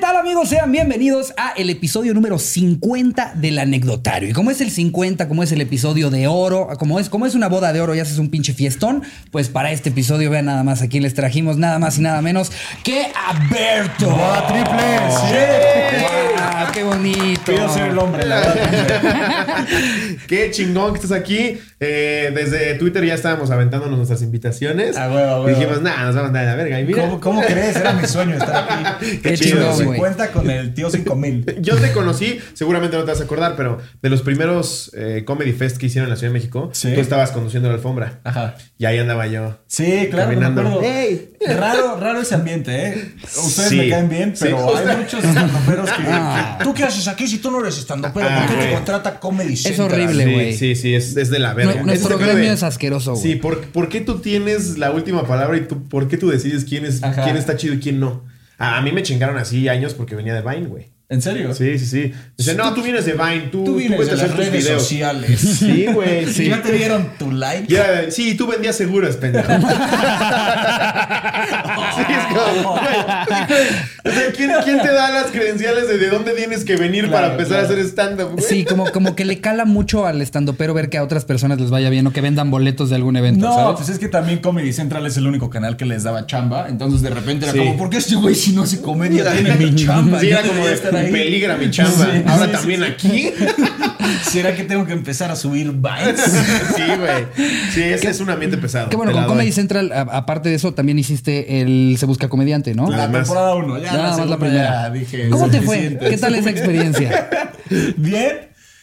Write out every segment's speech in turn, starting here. tal amigos? Sean bienvenidos a el episodio número 50 del anecdotario. Y como es el 50, como es el episodio de oro, como es, como es una boda de oro y haces un pinche fiestón, pues para este episodio vean nada más aquí les trajimos nada más y nada menos que a Berto. Boda triple. Guau, ¡Qué bonito! Quiero ser el hombre, la verdad. Qué chingón que estás aquí. Eh, desde Twitter ya estábamos aventándonos nuestras invitaciones. A huevo, a huevo. Dijimos, nada, nos va a mandar a la verga. Y mira, ¿Cómo, cómo crees? Era mi sueño estar aquí. Qué Tío chido, güey. 50 con el tío 5000. yo te conocí, seguramente no te vas a acordar, pero de los primeros eh, Comedy Fest que hicieron en la Ciudad de México, Sí. tú estabas conduciendo la alfombra. Ajá. Y ahí andaba yo. Sí, claro, me Caminando. acuerdo. ¡Ey! Raro, raro ese ambiente, ¿eh? Ustedes Sí. me caen bien, Sí, pero hay usted- muchos estandoperos que. Ah. ¿Tú qué haces aquí si tú no eres estandopero? Ah, ¿Por qué te güey. contrata Comedy Central? horrible. Sí, güey. sí, sí, es, es de la verga. Nue- nuestro Es de- gremio es asqueroso, güey. Sí, ¿por, por qué tú tienes la última palabra y tú, por qué tú decides quién, es, Ajá. quién está chido y quién no? A, a mí me chingaron así años porque venía de Vine, güey. ¿En serio? Sí, sí, sí. Dice, no, tú vienes de Vine, tú, Tú vienes vete de a hacer las tus redes videos". sociales. Sí, güey. Sí. ¿Ya te dieron tu like? Ya, sí, tú vendías seguros, pendejo. sí, es como, güey, o sea, ¿quién, quién te da las credenciales de de dónde tienes que venir Claro, para empezar claro. a hacer stand-up, güey? Sí, como, como que le cala mucho al estandopero ver que a otras personas les vaya bien o que vendan boletos de algún evento, No, ¿sabes? pues es que también Comedy Central es el único canal que les daba chamba. Entonces de repente era Sí. como, ¿por qué este güey si no hace comedia tiene mi chamba? Sí, Yo era como debería de estar ahí. peligra mi chamba. Sí, Ahora sí, sí, también sí. aquí. ¿Será que tengo que empezar a subir vines? sí, güey. Sí, ese es un ambiente pesado. Que bueno, Te la con doy. Comedy Central, a- aparte de eso, también hiciste el Se Busca Comediante, ¿no? Claro. La Nada más. temporada 1, ya, Ya nada más la segunda primera. ya dije, ¿Cómo te fue? suficiente. ¿Qué tal esa experiencia? Bien.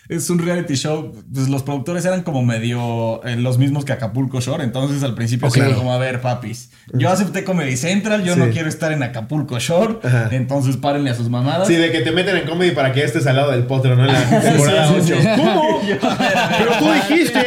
Es un reality show. Pues los productores eran como medio eh, los mismos que Acapulco Shore. Entonces al principio Ok. sí era como, a ver, papis. Yo acepté Comedy Central, yo no Sí. quiero estar en Acapulco Shore. Ajá. Entonces párenle a sus mamadas. Sí, de que te meten en comedy para que estés al lado del potro, ¿no? En la temporada Sí, sí, 8. sí. ¿Cómo? Yo- Pero tú dijiste.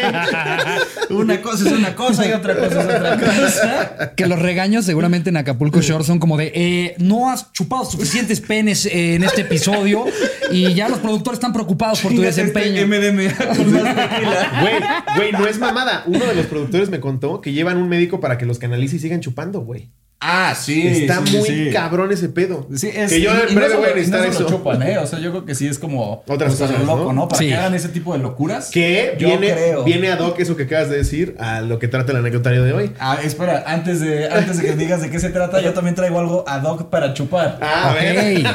Una cosa es una cosa y otra cosa es otra cosa. Que los regaños seguramente en Acapulco Shore son como de eh, no has chupado suficientes penes eh, en este episodio y ya los productores están preocupados por tu Este desempeño. MDMA con más tequila. Güey, güey, no es mamada. Uno de los productores me contó que llevan un médico para que los canalice y sigan chupando, güey. Ah, sí. Está sí, muy sí. cabrón ese pedo. Sí, es, que yo y- y en no breve solo- voy y a no necesitar solo eso. chupan, ¿eh? O sea, yo creo que sí es como. Otras o sea, cosas, loco, ¿no? ¿no? Para Sí. que hagan ese tipo de locuras. Que yo viene, creo. viene ad hoc eso que acabas de decir a lo que trata el anecdotario de hoy. Ah, espera, antes de, antes de que digas de qué se trata, yo también traigo algo ad hoc para chupar. Ah, a ver.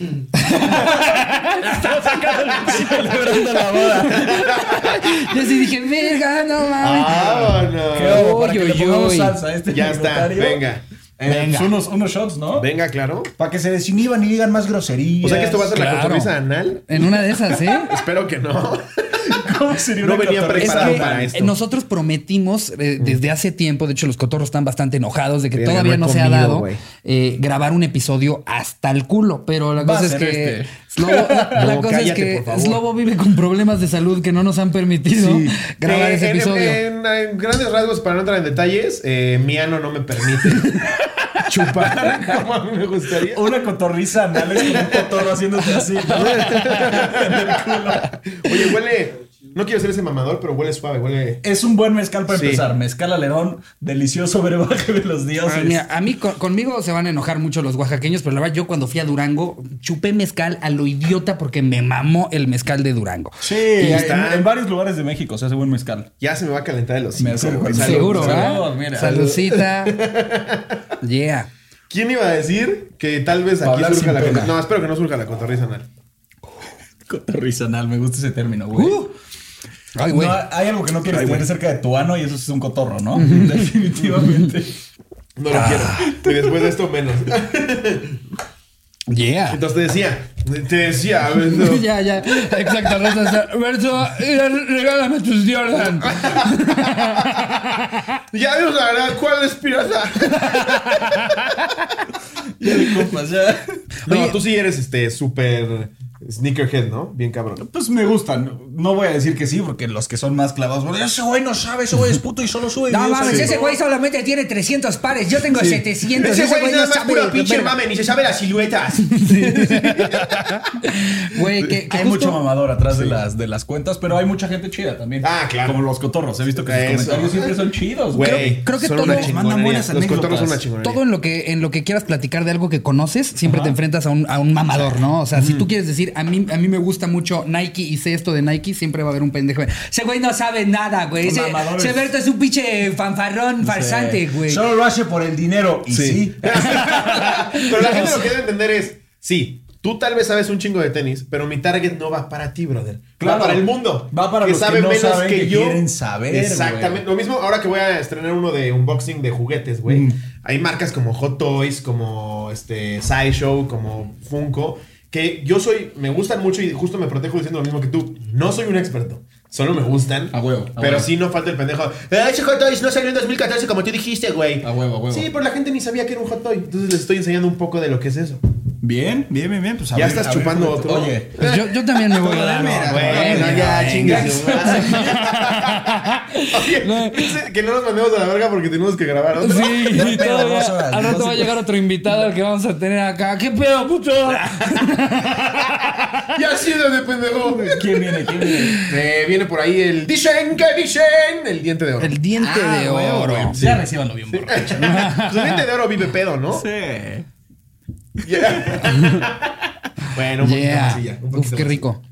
Ok. Celebrando la boda. Yo sí dije, verga, no mames. Ah. Vámonos. Uy, Qué para que le uy, pongamos uy. salsa a este Ya está, comentario. venga. Eh, pues Unos, unos shots, ¿no? Venga, claro. Para que se desinhiban y digan más groserías. O sea que esto va a ser Claro. la cotorriza anal. En una de esas, ¿eh? Espero que no. ¿Cómo sería No una venía cotorriza? preparado Es que- para esto. eh, Nosotros prometimos eh, desde hace tiempo, de hecho los cotorros están bastante enojados de que Verga, todavía no, no he se ha comido, dado güey. eh, grabar un episodio hasta el culo, pero la Va a cosa es ser que este. Slobo, la, la No, cosa cállate, es por que favor. Slobo vive con problemas de salud que no nos han permitido Sí. grabar Eh, ese en- episodio. En, en grandes rasgos, para no entrar en detalles, eh, mi ano no me permite chupar como a mí me gustaría. Una cotorriza anal es como un cotorro haciéndose así. ¿no? Oye, huele. No quiero ser ese mamador, pero huele suave, huele. Es un buen mezcal para Sí. empezar. Mezcal alerón, delicioso brebaje de los dioses. Ah, pues, mira, a mí con- conmigo se van a enojar mucho los oaxaqueños, pero la verdad yo cuando fui a Durango chupé mezcal a lo idiota porque me mamó el mezcal de Durango. Sí, Y en, está- en varios lugares de México se hace buen mezcal. Ya se me va a calentar el hocico. Me acerco güey. al Salud, Seguro, salud. ¿verdad? salud, mira. Saludcita. Yeah. ¿Quién iba a decir que tal vez Para aquí hablar surja sin la pena. cotorriza? No, espero que no surja la cotorriza anal. Cotorriza anal, me gusta ese término, güey. Uh. Ay, güey. No, hay algo que no quieres tener cerca de tu ano y eso es un cotorro, ¿no? Definitivamente. No Ah. lo quiero. Y después de esto, menos. Yeah. Entonces te decía, te decía, a ver, no. ya, ya. Exacto. Rosa, está- Roberto, eh, regálame tus Jordan. ya vimos la verdad, ¿cuál es pirata? Ya de compas, ya. No, tú sí eres este súper sneakerhead, ¿no? Bien cabrón. Pues me gustan. no voy a decir que sí, porque los que son más clavados, bueno, ese güey no sabe, ese güey es puto y solo sube. No videos a mames, YouTube". ese güey solamente tiene 300 pares. Yo tengo 700. Ese güey nada más sabe puro lo que- pinche pero- mame, ni se sabe las siluetas. Güey, que, que Hay justo- mucho mamador atrás de, las, de las cuentas, pero hay mucha gente chida también. Ah, claro. Como los cotorros. He visto que sus Eso. comentarios siempre son chidos, güey. Güey, creo que son todo- una mandan chingonería. buenas Los anécdotas. cotorros son una chingonería. Todo en lo que en lo que quieras platicar de algo que conoces, siempre te enfrentas a un, a un mamador, ¿no? O sea, si tú quieres decir, a mí, a mí me gusta mucho Nike y sé esto de Nike, siempre va a haber un pendejo. Ese güey no sabe nada, güey. Ese Mamadores. ese Berto es un pinche fanfarrón farsante, güey. Solo lo hace por el dinero. Y sí. Pero la gente lo que debe entender es, sí, tú tal vez sabes un chingo de tenis, pero mi target no va para ti, brother. Claro. Va para el mundo. Va para los que no saben que quieren saber, Exactamente. Lo mismo ahora que voy a estrenar uno de unboxing de juguetes, güey. Mm. Hay marcas como Hot Toys, como este SciShow, como Funko, que yo soy, me gustan mucho y justo me protejo diciendo lo mismo que tú. No soy un experto. Solo me gustan. A huevo, a pero huevo. sí no falta el pendejo. "Ah, Ese Hot Toys no salió en 2014 como tú dijiste, güey. A huevo, a huevo. Sí, pero la gente ni sabía que era un hot toy. Entonces les estoy enseñando un poco de lo que es eso. Bien, bien, bien, bien. Pues a Ya ver, estás a ver, chupando güey. otro. Oye. Pues yo, yo también me voy a dar. Mira, no, güey, güey, Ah, Bueno, no, ya, venga. chingas. Oye, dice que no nos mandemos a la verga porque tenemos que grabar otro. Sí, No hay pedo, todavía- dos horas, al no rato se va a llegar puede. otro invitado al que vamos a tener acá. ¿Qué pedo, puto? Ya sí, de pendejo. ¿Quién viene? ¿Quién viene? Eh, viene por ahí el dicen que dicen el diente de oro. El diente Ah, de güey, oro. güey. Ya recibanlo bien, borracho. Pues el diente de oro vive pedo, ¿no? Sí. Yeah. bueno, un poquito Yeah. más y ya. un Uf, poquito qué más. rico.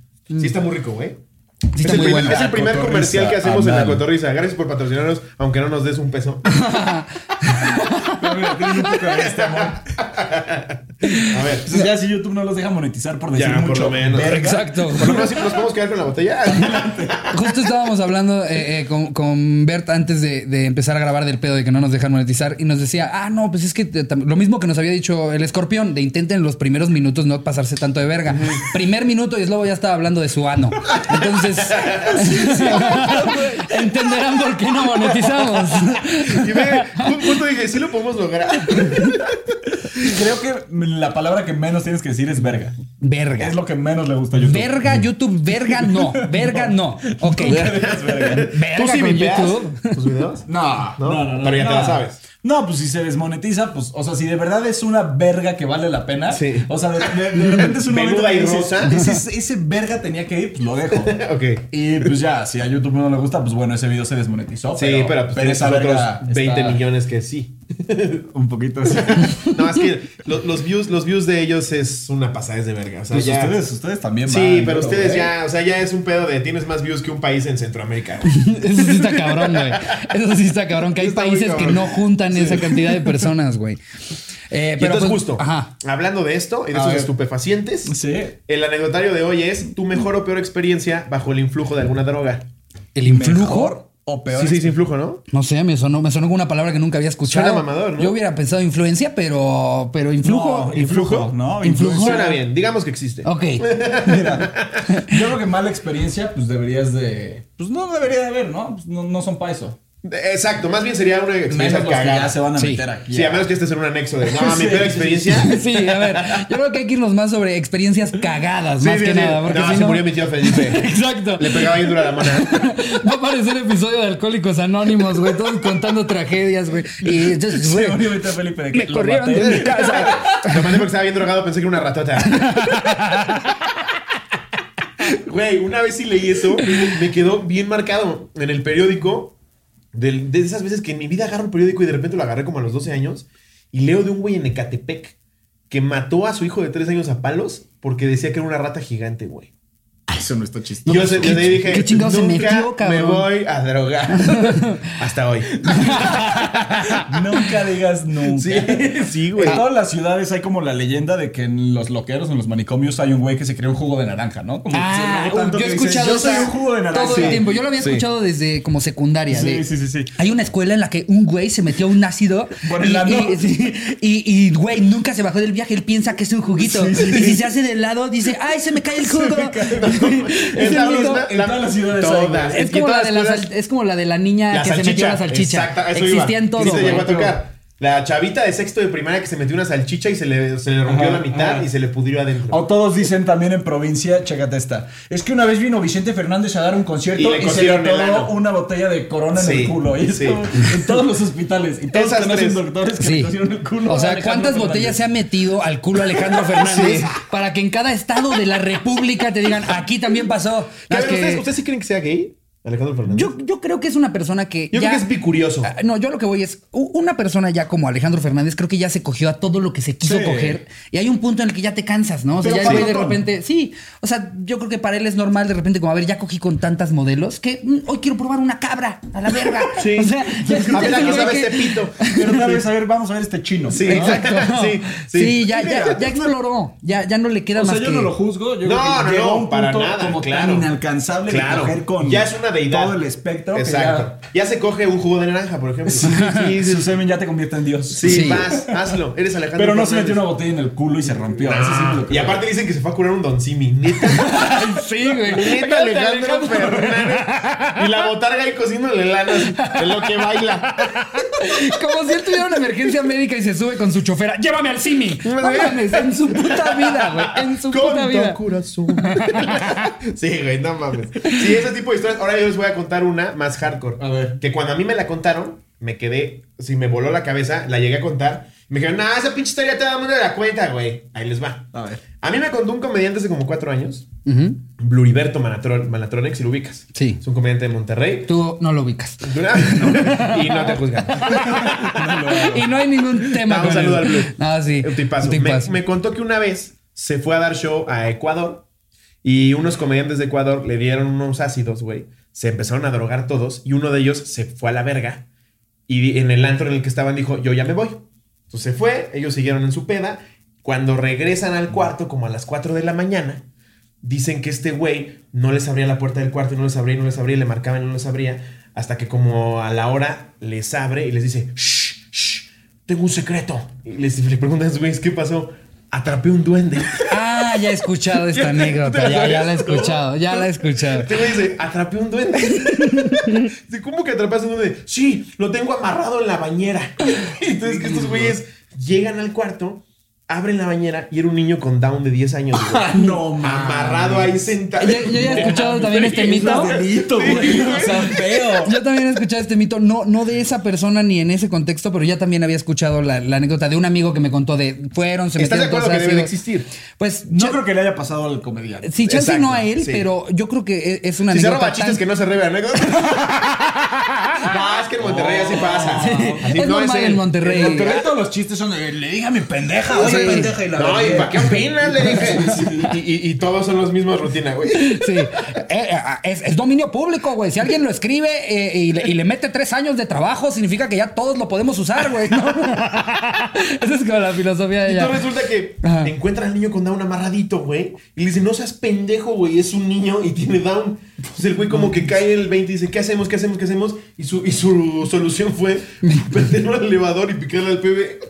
Sí, está muy rico, güey. Sí, es, está el muy primer, bueno. es el primer Cotorriza, comercial que hacemos en andale. la cotorriza. Gracias por patrocinarnos, aunque no nos des un peso. Pero mira, tienes un poco de este amor. A ver. Entonces, ya si YouTube no los deja monetizar por decir Ya, por mucho. lo menos. verga. Exacto. Por lo menos sí nos podemos quedar con la botella. Justo estábamos hablando eh, eh, con, con Bert antes de, de empezar a grabar del pedo de que no nos dejan monetizar y nos decía, ah, no, pues es que te- tam- lo mismo que nos había dicho el escorpión, de intenten los primeros minutos no pasarse tanto de verga. Primer minuto y Slobo ya estaba hablando de su ano. Entonces, entenderán por qué no monetizamos. y ve, ju- justo dije, sí lo podemos lograr. Creo que la palabra que menos tienes que decir es verga. Verga. Es lo que menos le gusta a YouTube. Verga, YouTube, verga, no. Verga, no. Ok. Es verga. Verga con vipeas YouTube. tus videos? No, ¿No? Pero ya te la sabes. No, pues si se desmonetiza, pues, o sea, si de verdad es una verga que vale la pena. Sí. O sea, de, de- de repente es un momento Menuda que y dices, rosa. dices, ese verga tenía que ir, pues lo dejo. Ok. Y pues ya, si a YouTube no le gusta, pues bueno, ese video se desmonetizó. Sí, pero, pues tienes esa otros verga 20 está millones que sí. Un poquito así. No, es que lo- los, views, los views de ellos es una pasada es de verga. O sea, Pues ya- ustedes, ustedes también Sí, van, pero yo, ustedes güey. ya, o sea, ya es un pedo de tienes más views que un país en Centroamérica. güey. Eso sí está cabrón, güey. Eso sí está cabrón. Que hay Está muy países que cabrón. no juntan esa cantidad de personas, güey. Eh, Y pero entonces pues, justo, Ajá. hablando de esto y de A esos ver. estupefacientes, Sí. el anecdotario de hoy es tu mejor o peor experiencia bajo el influjo de alguna droga. El influjo. Mejor o peor. Sí, sí, sin flujo, ¿no? No sé, me sonó, me sonó como una palabra que nunca había escuchado. Suena mamador, ¿no? Yo hubiera pensado influencia, pero, pero influjo. No, influjo, no, Influjo. influencia. Suena bien, digamos que existe. Ok. Mira, yo creo que mala experiencia, pues deberías de. Pues no debería de haber, ¿no? Pues, no, no son para eso. Exacto, más bien sería una Menos experiencia los que ya cagada. se van a Sí. meter aquí. Sí, a menos que este sea un anexo de no, Sí, mi peor sí, experiencia. Sí, a ver. Yo creo que hay que irnos más sobre experiencias cagadas, Sí, más sí, que sí. nada. Porque no, si se no- murió mi tío Felipe. Exacto. Le pegaba bien dura la mano. Va a parecer episodio de Alcohólicos Anónimos, güey. Todos contando tragedias, güey. Y entonces, güey. Sí, obviamente, Felipe, de que Me lo corrieron maté. de mi casa. Lo mandé porque estaba bien drogado, pensé que era una ratota. Güey, una vez sí leí eso, me quedó bien marcado en el periódico. del- de esas veces que en mi vida agarro el periódico y de repente lo agarré como a los 12 años. Y leo de un güey en Ecatepec que mató a su hijo de 3 años a palos porque decía que era una rata gigante, güey. Ah, Eso no está chistoso. Y yo desde ahí dije, qué chingados se nunca metió, me cabrón?" voy a drogar. Hasta hoy. Nunca digas nunca. Sí, sí, güey. En todas las ciudades hay como la leyenda de que en los loqueros, en los manicomios, hay un güey que se creó un jugo de naranja, ¿no? Como Ah, se enojó tanto yo he que dice, escuchado Yo soy esa un jugo de naranja. todo el tiempo. Yo lo había escuchado desde como secundaria. Sí, de- sí, sí, sí. Hay una escuela en la que un güey se metió un ácido Por y, el ano. y- sí, y- y, güey nunca se bajó del viaje. Él piensa que es un juguito Sí, sí, y si sí. se hace de lado dice ay se me cae el jugo. Es En el todas único- las- en todas las ciudades hay, Todas. es En como la todas de la las sal- es como la de la niña Ah, que se metió a la salchicha. Exacto, a eso Existía iba. en todo. Sí, se güey. llegó a tocar. La chavita de sexto de primaria que se metió una salchicha y se le, se le rompió Ajá, la mitad ajá. y se le pudrió adentro. O todos dicen también en provincia, chécate esta. Es que una vez vino Vicente Fernández a dar un concierto Y y, le se le cosieron el atoró ano. una botella de corona en Sí, el culo. Y es sí. como en todos los hospitales. Y todos Esas conocen tres. doctores que le Sí. cosieron el culo. O a sea, Alejandro ¿cuántas Fernández? botellas se ha metido al culo Alejandro Fernández para que en cada estado de la República te digan, aquí también pasó? ¿Qué, Nada más ¿ustedes, que- ustedes sí creen que sea gay? Alejandro Fernández. yo, yo creo que es una persona que. Yo ya- creo que es bicurioso. Ah, No, yo lo que voy es, u- una persona ya como Alejandro Fernández creo que ya se cogió a todo lo que se quiso Sí. coger y hay un punto en el que ya te cansas, ¿no? O sea, Pero ya el güey de maratón. repente, sí, o sea, yo creo que para él es normal de repente como, a ver, ya cogí con tantas modelos que mm, hoy quiero probar una cabra a la verga. Sí. O sea, ya- a ver ya a qué creo sabe que- este pito. Pero tal vez, a ver, vamos a ver este chino. Sí, ¿no? Exacto. Sí, Sí, sí. ya, Mira, ya, ya exploró. Ya, ya no le queda O sea, más yo que. no lo juzgo. Yo No, creo que no, llegó no, a un para punto nada, como claro. tan inalcanzable Claro. de coger con ya es una deidad. todo el espectro. que Exacto. ya... se coge un jugo de naranja, por ejemplo. Sí, ya- su semen ya te convierte en Dios. Sí. vas, hazlo. Eres Alejandro Pero no se Fernández. metió una botella en el culo y se rompió. Eso sí me lo Y creo. aparte dicen que se fue a curar un Don Simi. Neta, Ay, sí, güey. neta Alejandro Fernández. Y la botarga ahí cociéndole lana. así, Es lo que baila. Como si él tuviera una emergencia médica y se sube con su chofera. ¡Llévame al Simi! No mames, en su puta vida, güey. En su puta vida. corazón. sí, güey, no mames. Sí, ese tipo de historias. Ahora yo les voy a contar una más hardcore. A ver. Que cuando a mí me la contaron, me quedé. Si me voló la cabeza, la llegué a contar. Me dijeron, nah, esa pinche historia todo el mundo de la cuenta, güey. Ahí les va. Ah. A ver. A mí me contó un comediante hace como cuatro años. Ujú. Bluriberto Manatron- Malatronic, si lo ubicas. Sí. Es un comediante de Monterrey. Tú no lo ubicas. No, y no te juzgan. Y no hay ningún tema. No, un con saludo eso. al Blue. No, sí. Un tipazo. Un tipazo. Me, me contó que una vez se fue a dar show a Ecuador y unos comediantes de Ecuador le dieron unos ácidos, güey. Se empezaron a drogar todos y uno de ellos se fue a la verga y di- en el antro en el que estaban dijo, yo ya me voy. Entonces se fue, ellos siguieron en su peda. Cuando regresan al cuarto, como a las 4 de la mañana, dicen que este güey no les abría la puerta del cuarto y no les abría y no les abría y le marcaban y no les abría. Hasta que como a la hora les abre y les dice, shh, shh, tengo un secreto. Y les, le preguntan a sus güeyes, ¿qué pasó? Atrapé un duende. Ah, ya he escuchado esta anécdota. Ya, ya la he escuchado. Ya la he escuchado. Este güey dice, atrapé un duende. Dice, ¿Cómo que atrapaste un duende? Sí, lo tengo amarrado en la bañera. Entonces que estos güeyes llegan al cuarto, abren la bañera y era un niño con down de 10 años. güey. Ah, No amarrado ahí sentado. Yo, yo ya he escuchado también este mito. delito, güey. O sea, feo. Yo también he escuchado este mito, no, no de esa persona ni en ese contexto, pero ya también había escuchado la, la anécdota de un amigo que me contó de fueron, se ¿Estás de metieron acuerdo todos que debe de ácidos. existir? Pues No cha- creo que le haya pasado al comediante. sí, chance Exacto, no a él, sí. pero yo creo que e, es- es una Si se anécdota. roba chistes tan- que no se rebe anécdotas. no, es que en Monterrey así pasa. Así Es normal él. en Monterrey. En Monterrey todos los chistes son de, le dije a mi pendeja, Sí. oye, pendeja y la No, ¿y verga. para qué opinas? Le dije. Y, y- y todos son los mismos rutina, güey. Sí, Eh, eh, es, es dominio público, güey. Si alguien lo escribe eh, y, le, y le mete tres años de trabajo, significa que ya todos lo podemos usar, güey. ¿no? Esa es como la filosofía de Y ella. entonces resulta que Ajá. encuentra al niño con Down amarradito, güey. Y le dice, no seas pendejo, güey, es un niño y tiene Down. Entonces el güey como que cae en el 20 y dice, ¿qué hacemos? ¿Qué hacemos? ¿Qué hacemos? Y su, y su solución fue meterlo al elevador y picarle al pibe.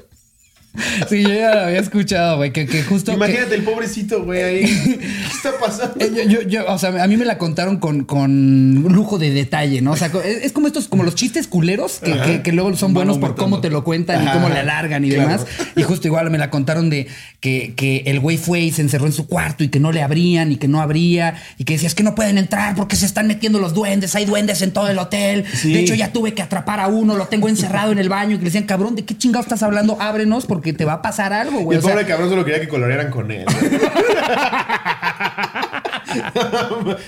Sí, yo ya lo había escuchado, güey, que, que justo... que- Imagínate el pobrecito, güey, ahí. ¿Qué está pasando? Eh, Yo, yo- yo, o sea, a mí me la contaron con, con lujo de detalle, ¿no? O sea, co- es, es como estos, como los chistes culeros que, que- que luego son Van buenos por aumentando. cómo te lo cuentan y cómo le alargan y claro. demás. Y justo igual me la contaron de que, que el güey fue y se encerró en su cuarto y que no le abrían y que no abría y que decía, es que no pueden entrar porque se están metiendo los duendes, hay duendes en todo el hotel. Sí. De hecho, ya tuve que atrapar a uno, lo tengo encerrado en el baño y que le decían, cabrón, ¿de qué chingado estás hablando? Ábrenos porque te va a pasar algo, Y güey. el O sea, pobre cabrón solo quería que colorearan con él.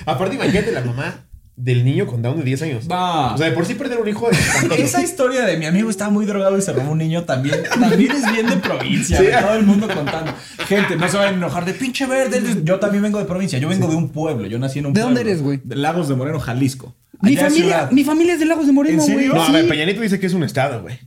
Aparte, imagínate la mamá del niño con Down de 10 años. Va. O sea, de por sí perder un hijo es espantoso. Esa historia de mi amigo estaba muy drogado y se robó un niño también, también es bien de provincia. Sí. de todo el mundo contando. Gente, no se van a enojar de pinche verde. Yo también vengo de provincia. Yo vengo de un pueblo. Yo nací en un ¿De pueblo. dónde eres, güey? De Lagos de Moreno, Jalisco. mi, Allá es familia, ciudad. mi familia es de Lagos de Moreno, ¿En serio? güey. No, a Sí. ver, Peña Nieto dice que es un estado, güey.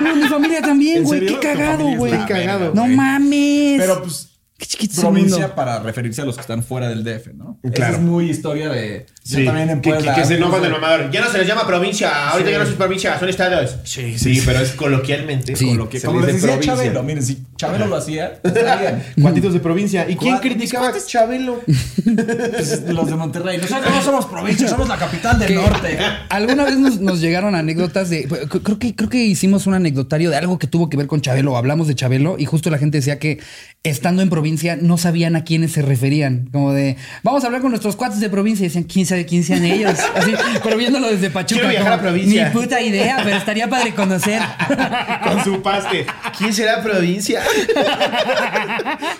No, mi familia también, ¿En güey. Qué serio? Tu cagado, familia güey. está Qué cagado, No güey. mames. Pero pues. Qué chiquito es el mundo. provincia para referirse a los que están fuera del DF, ¿no? Esa Claro. es muy historia de. Yo Sí, también en que, Puebla. que- que se enojan del mamador. Ya no se les llama provincia, ahorita Sí. ya no son provincia, son estados. Sí, Sí, pero es coloquialmente. Sí. con lo Que que como se les dice decía provincia. Chabelo, miren, si Chabelo lo hacía, pues, está bien. Cuatitos de provincia. ¿Y quién Cuat- criticaba a Chabelo? Pues, los de Monterrey. Nosotros no somos provincia, somos la capital del Que norte. Alguna vez nos, nos llegaron anécdotas de. pues, Creo que, creo que hicimos un anecdotario de algo que tuvo que ver con Chabelo. Hablamos de Chabelo y justo la gente decía que estando en provincia no sabían a quiénes se referían. Como de, vamos a hablar con nuestros cuates de provincia. Y decían, ¿quién sabe quién sean ellos? Así, pero viéndolo desde Pachuca. Quiero viajar como, a provincia. Ni puta idea, pero estaría padre conocer. Ah, Con su paste. ¿Quién será provincia?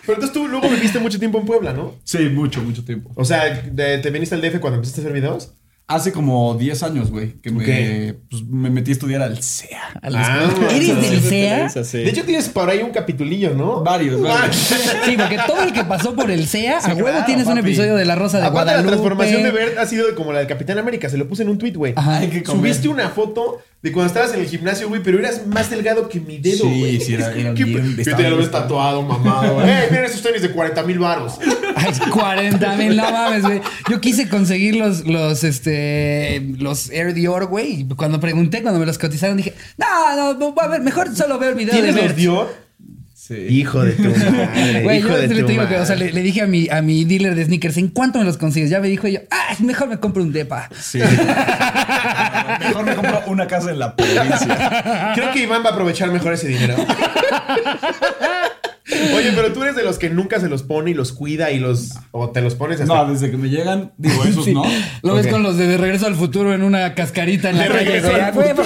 Pero entonces tú luego viviste mucho tiempo en Puebla, ¿no? Sí, mucho, mucho tiempo. O sea, de- ¿te viniste al DF cuando empezaste a hacer videos? Hace como 10 años, güey, que me, Ok. pues, me metí a estudiar al CEA. A los- Ah, ¿Eres entonces del te CEA? De hecho, tienes por ahí un capitulillo, ¿no? Varios, varios. Sí, porque todo el que pasó por el CEA, a huevo claro, tienes un papi. episodio de La Rosa de Aparte, la Guadalupe. transformación de Bert ha sido como la del Capitán América. Se lo puse en un tweet, güey. Ajá, hay que comer. Subiste una foto de cuando estabas en el gimnasio, güey, pero eras más delgado que mi dedo, Sí, güey. sí, era- ¿Qué- era qué- bien- Yo estaba tenía lo bien ves tatuado, mamado. güey. ¡Ey, miren esos tenis de 40 mil baros! Ay, 40 mil, no mames, güey. Yo quise conseguir los, los, este, los Air Dior, güey. Y Cuando pregunté, cuando me los cotizaron, dije, no, no, no, voy a ver, mejor solo veo el video de ¿Tienes Bert. los Dior? Sí. Hijo de tu madre. Güey, hijo yo le, de tu te digo que, o sea, madre. le, le dije a mi, a mi dealer de sneakers, ¿en cuánto me los consigues? Ya me dijo y yo, ah, mejor me compro un depa. Sí. Mejor me compro una casa en la provincia. Creo que Iván va a aprovechar mejor ese dinero. Oye, pero tú eres de los que nunca se los pone y los cuida y los. O te los pones hasta. No, desde que me llegan, digo, esos Sí. no. Lo ves Ok. con los de, De Regreso al Futuro en una cascarita en la De calle, Regreso güey. al a huevo.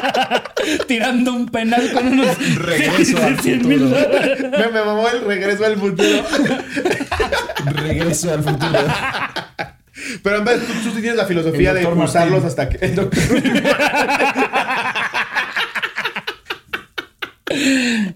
Tirando un penal con unos Regreso al 100 mil futuro. dólares. Me, me mamó el regreso al futuro. Regreso al futuro. Pero en vez tú, tú sí tienes la filosofía El de doctor Martín. usarlos hasta que. el doctor-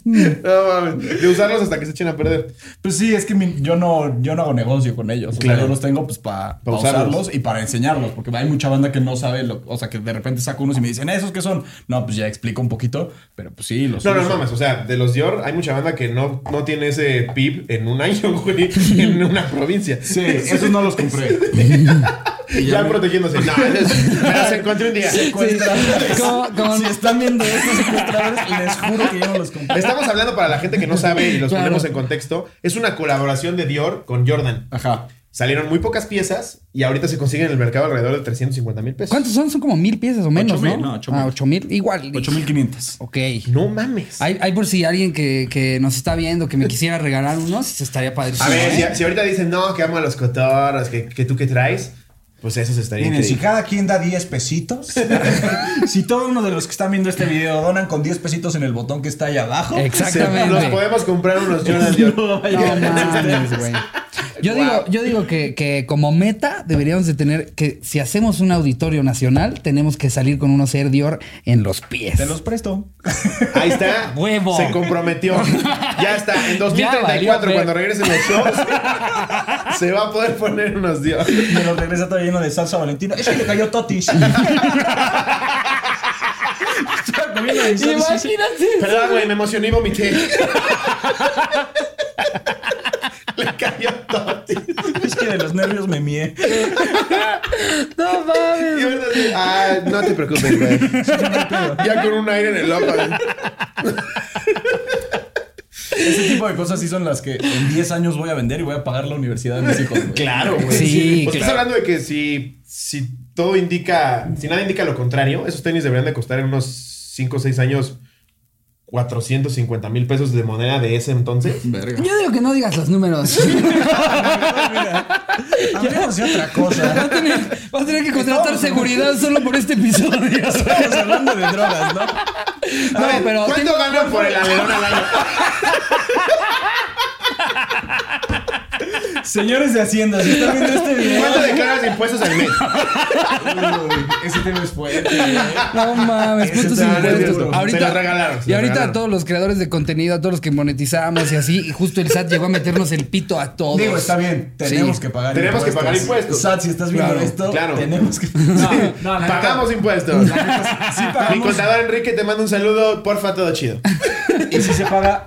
No mames, De usarlos hasta que se echen a perder. Pues sí, es que mi- yo, no, yo no hago negocio con ellos. Claro. Claro. yo los tengo pues para Pa usarlos. usarlos. y para enseñarlos. Porque hay mucha banda que no sabe, lo- o sea, que de repente saco unos y me dicen, ¿esos qué son? No, pues ya explico un poquito, pero pues sí, los No, no, uso. no mames. O sea, de los Dior hay mucha banda que no, no tiene ese PIB en un año, güey. En una provincia. Sí, esos no los compré. Y Ya me- protegiéndose. No, es- me las encontré un día. secuestradores. Como- como- Si están viendo estos secuestradores, les juro que yo no los compré. Estamos hablando para la gente que no sabe y los Claro. ponemos en contexto. Es una colaboración de Dior con Jordan. Ajá. Salieron muy pocas piezas y ahorita se consiguen en el mercado alrededor de 350 mil pesos. ¿Cuántos son? Son como mil piezas o menos, mil, ¿no? no, ocho Ah, mil. ocho mil. Igual. 8500. Ok. No mames. Hay, hay por si alguien que, que nos está viendo que me quisiera regalar unos, estaría ¿eh? padre. a ver, si, si ahorita dicen, no, que amo a los cotorros, que, que tú que traes, pues eso se estaría Miren, si increíble. cada quien da 10 pesitos, si todo uno de los que están viendo este video donan con 10 pesitos en el botón que está ahí abajo, Exactamente. Nos podemos comprar unos Jordan Dior. No, No mames, güey. Yo Wow. digo, yo digo que, que como meta deberíamos de tener que si hacemos un auditorio nacional, tenemos que salir con unos Air Dior en los pies. te los presto. Ahí está. Huevo. Se comprometió. Ya está. En 2034, valió, cuando ve. regresen los shows, se va a poder poner unos Dior. Me los regresa todo lleno de salsa valentina. Es que le cayó totis. Estaba comiendo de salsa. Imagínate. Perdón, güey, me emocioné y vomité. Le cayó Toti. Es que de los nervios me mié. No Y mames. ahorita sí, Ah, no te preocupes, güey. Ya con un aire en el ojo. güey. Ese tipo de cosas sí son las que en 10 años voy a vender y voy a pagar la universidad de mis hijos. güey. Claro, güey. Sí, Pues Estás claro. hablando de que si, si todo indica, si nada indica lo contrario, esos tenis deberían de costar en unos 5 o 6 años 450 mil pesos de moneda de ese entonces. Verga. Yo digo que no digas los números. Hablemos de otra cosa. Vas a tener, vas a tener que contratar Estamos- seguridad solo por este episodio. Estamos hablando de drogas, ¿no? No, pero ¿Cuánto tengo- ganan por el alerón al año? Señores de Hacienda, si están viendo este video. ¿Cuánto declaras de impuestos al mes? Uy, Ese tema es fuerte. güey. No mames, ¿cuántos Eso está impuestos? duro. Se la regalaron, se y la ahorita regalaron. a todos los creadores de contenido, a todos los que monetizamos y así, y justo el SAT llegó a meternos el pito a todos. Digo, está bien, tenemos Sí. que pagar Tenemos que pagar impuestos. Sat, si estás viendo Claro, esto, claro. tenemos que. No, la neta. Pagamos impuestos. Sí Mi pagamos. contador Enrique te manda un saludo. Porfa, todo chido. Y si se paga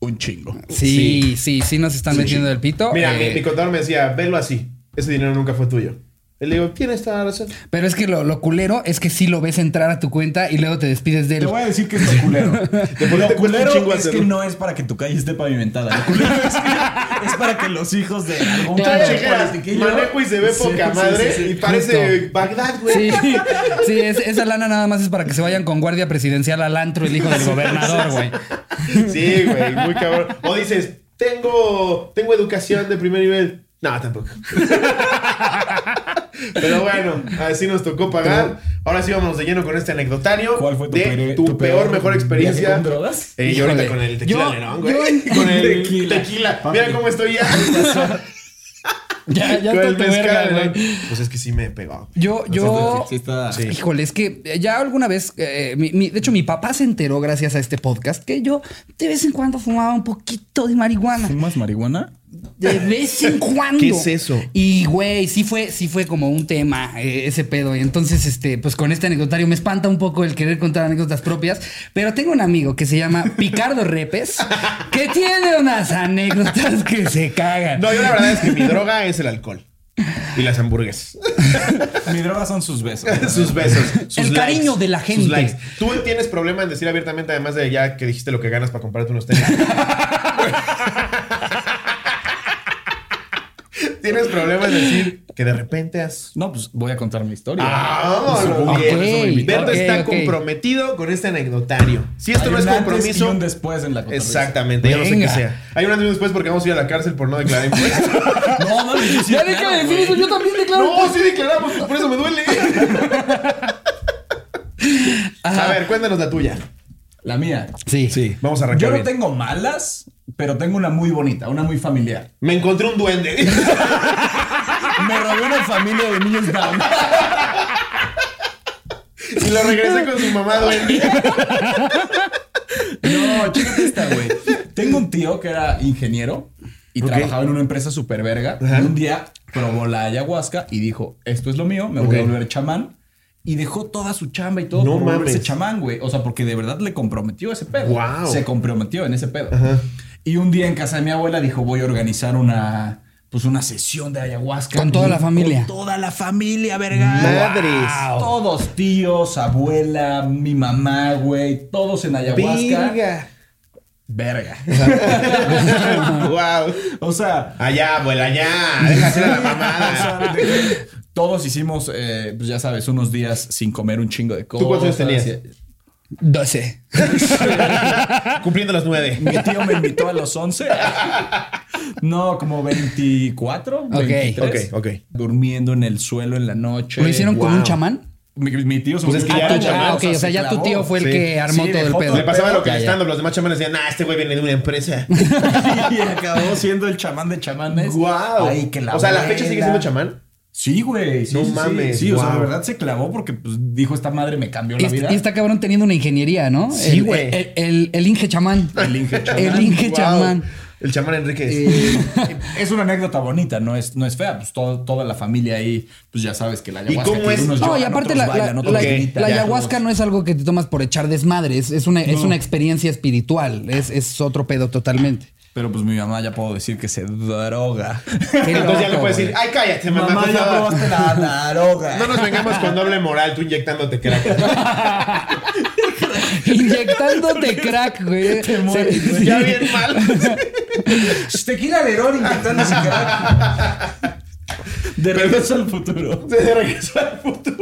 un chingo. Sí, sí, sí, nos están metiendo el pito. Mira, Eh, mi, mi contador me decía, velo así. Ese dinero nunca fue tuyo. Y le digo, tienes toda la razón. Pero es que lo, lo culero es que sí lo ves entrar a tu cuenta y luego te despides de Te él. voy a decir que es lo culero. por qué Lo te cuesta un chingo culero es hacerlo? que no es para que tu calle esté pavimentada. Lo culero es, que- es para que los hijos de algún Claro. pinche Chequeras, politiquillo- manejo y se ve Sí, poca sí, madre sí, sí. y parece Bagdad, güey. Sí, sí es- esa lana nada más es para que se vayan con guardia presidencial al antro el hijo del gobernador, güey. Sí, güey, muy cabrón. O dices, tengo, tengo educación de primer nivel. No, tampoco. Pero bueno, así nos tocó pagar. Ahora sí vamos de lleno con este anecdotario. ¿Cuál fue tu, de peor- tu peor, mejor viaje experiencia? con drogas? Eh, yo ahorita Híjole. con el tequila, Yo- Lerón, güey. yo- Con el tequila. Tequila. Mira Papi. cómo estoy ya. Ya, ya con está el tu mezcal, verga, güey. güey. Pues es que sí me pegó. Yo, yo. Sí, está- Sí. Híjole, es que ya alguna vez, eh, mi- mi- de hecho, mi papá se enteró gracias a este podcast que yo de vez en cuando fumaba un poquito de marihuana. ¿Fumas marihuana? De vez en cuando. ¿Qué es eso? Y güey, sí fue, sí fue como un tema eh, ese pedo. Y entonces, este, pues con este anecdotario me espanta un poco el querer contar anécdotas propias. Pero tengo un amigo que se llama Picardo Repes, que tiene unas anécdotas que se cagan. No, yo la verdad es que mi droga es el alcohol. Y las hamburguesas. Mi droga son sus besos. sus besos. Sus El likes, cariño de la sus gente. likes. Tú tienes problema en decir abiertamente, además de ya que dijiste lo que ganas para comprarte unos tenis. tienes problema en decir que de repente has. No, pues voy a contar mi historia. Ah, Ok, bien. Beto ok, está ok. comprometido con este anecdotario. Si esto Hay no un es antes y compromiso. un después en la cotorriza. Exactamente, ya no sé qué Venga. sea. Hay un antes y un después porque vamos a ir a la cárcel por no declarar impuestos. No, no, sí, sí, Ya claro, deja de decir güey. eso, yo también declaro. no, sí declaramos, por eso me duele. A ver, cuéntanos la tuya. La mía. Sí. Sí. Vamos a arrancar Yo no bien. tengo malas, pero tengo una muy bonita, una muy familiar. Me encontré un duende. Me robé una familia de niños down. Y lo regresé con su mamá duende. No, chécate esta, güey. Tengo un tío que era ingeniero y Ok. trabajaba en una empresa súper verga. Ajá. Y un día probó la ayahuasca y dijo, esto es lo mío, me voy a Ok. volver chamán. Y dejó toda su chamba y todo No por volverse mames. chamán, güey. O sea, porque de verdad le comprometió ese pedo. Guau. Se comprometió en ese pedo. Ajá. Y un día en casa de mi abuela dijo, voy a organizar una... Pues una sesión de ayahuasca. Con toda la familia. Con toda la familia, verga. Madres. Todos, tíos, abuela, mi mamá, güey. Todos en ayahuasca. Verga. wow. O sea, Allá, abuela, allá. Deja hacer a la o sea, mamada. de que todos hicimos, eh, pues ya sabes, unos días sin comer un chingo de cosas. ¿Tú cuántos años tenías? 12. Cumpliendo los nueve. Mi tío me invitó a los 11. No, como 24. Ok, 23, ok, ok. Durmiendo en el suelo en la noche. ¿Lo hicieron con Wow. un chamán? Mi, mi tío se Pues es que volvió un ya era chamán, chamán, Ah, ok, o sea, se ya tu clavó. tío fue el Sí. que armó Sí, todo el dejó pedo. todo Le pasaba lo que Ya, al ya. stand-up. Los demás chamanes decían, ah, este güey viene de una empresa. Y acabó siendo el chamán de chamanes. Guau. Ay, que la o sea, la fecha sigue siendo abuela. chamán. Sí, güey. Sí, No sí, sí. mames, Sí, o sea, guau. de verdad se clavó porque pues, dijo esta madre me cambió Y, la est- vida. Este, y está cabrón teniendo una ingeniería, ¿no? Sí, El- güey. El, el- el Inge Chamán. El Inge chamán. El Inge Wow. Chamán. El chamán Enríquez. Eh, es una anécdota bonita, no es, no es fea. Pues todo- toda la familia ahí, pues ya sabes que la ayahuasca. cómo que es? unos No, y lloran, aparte la, Pues otros la- bailan, otros la- gritan, la ya, ayahuasca todos. no es algo que te tomas por echar desmadres, es una, es No. una experiencia espiritual, es, es otro pedo totalmente. Pero pues mi mamá ya puedo decir que se droga. Qué Entonces ya loco, le puedes güey. decir, ay, cállate, mamá. mamá, por ya favor". probaste la droga. No nos vengamos con doble moral, tú inyectándote crack. Inyectándote crack, güey. Te mueres, Se- güey. ya bien mal. Tequila Verón intentando De regreso al futuro. Se regresó al futuro.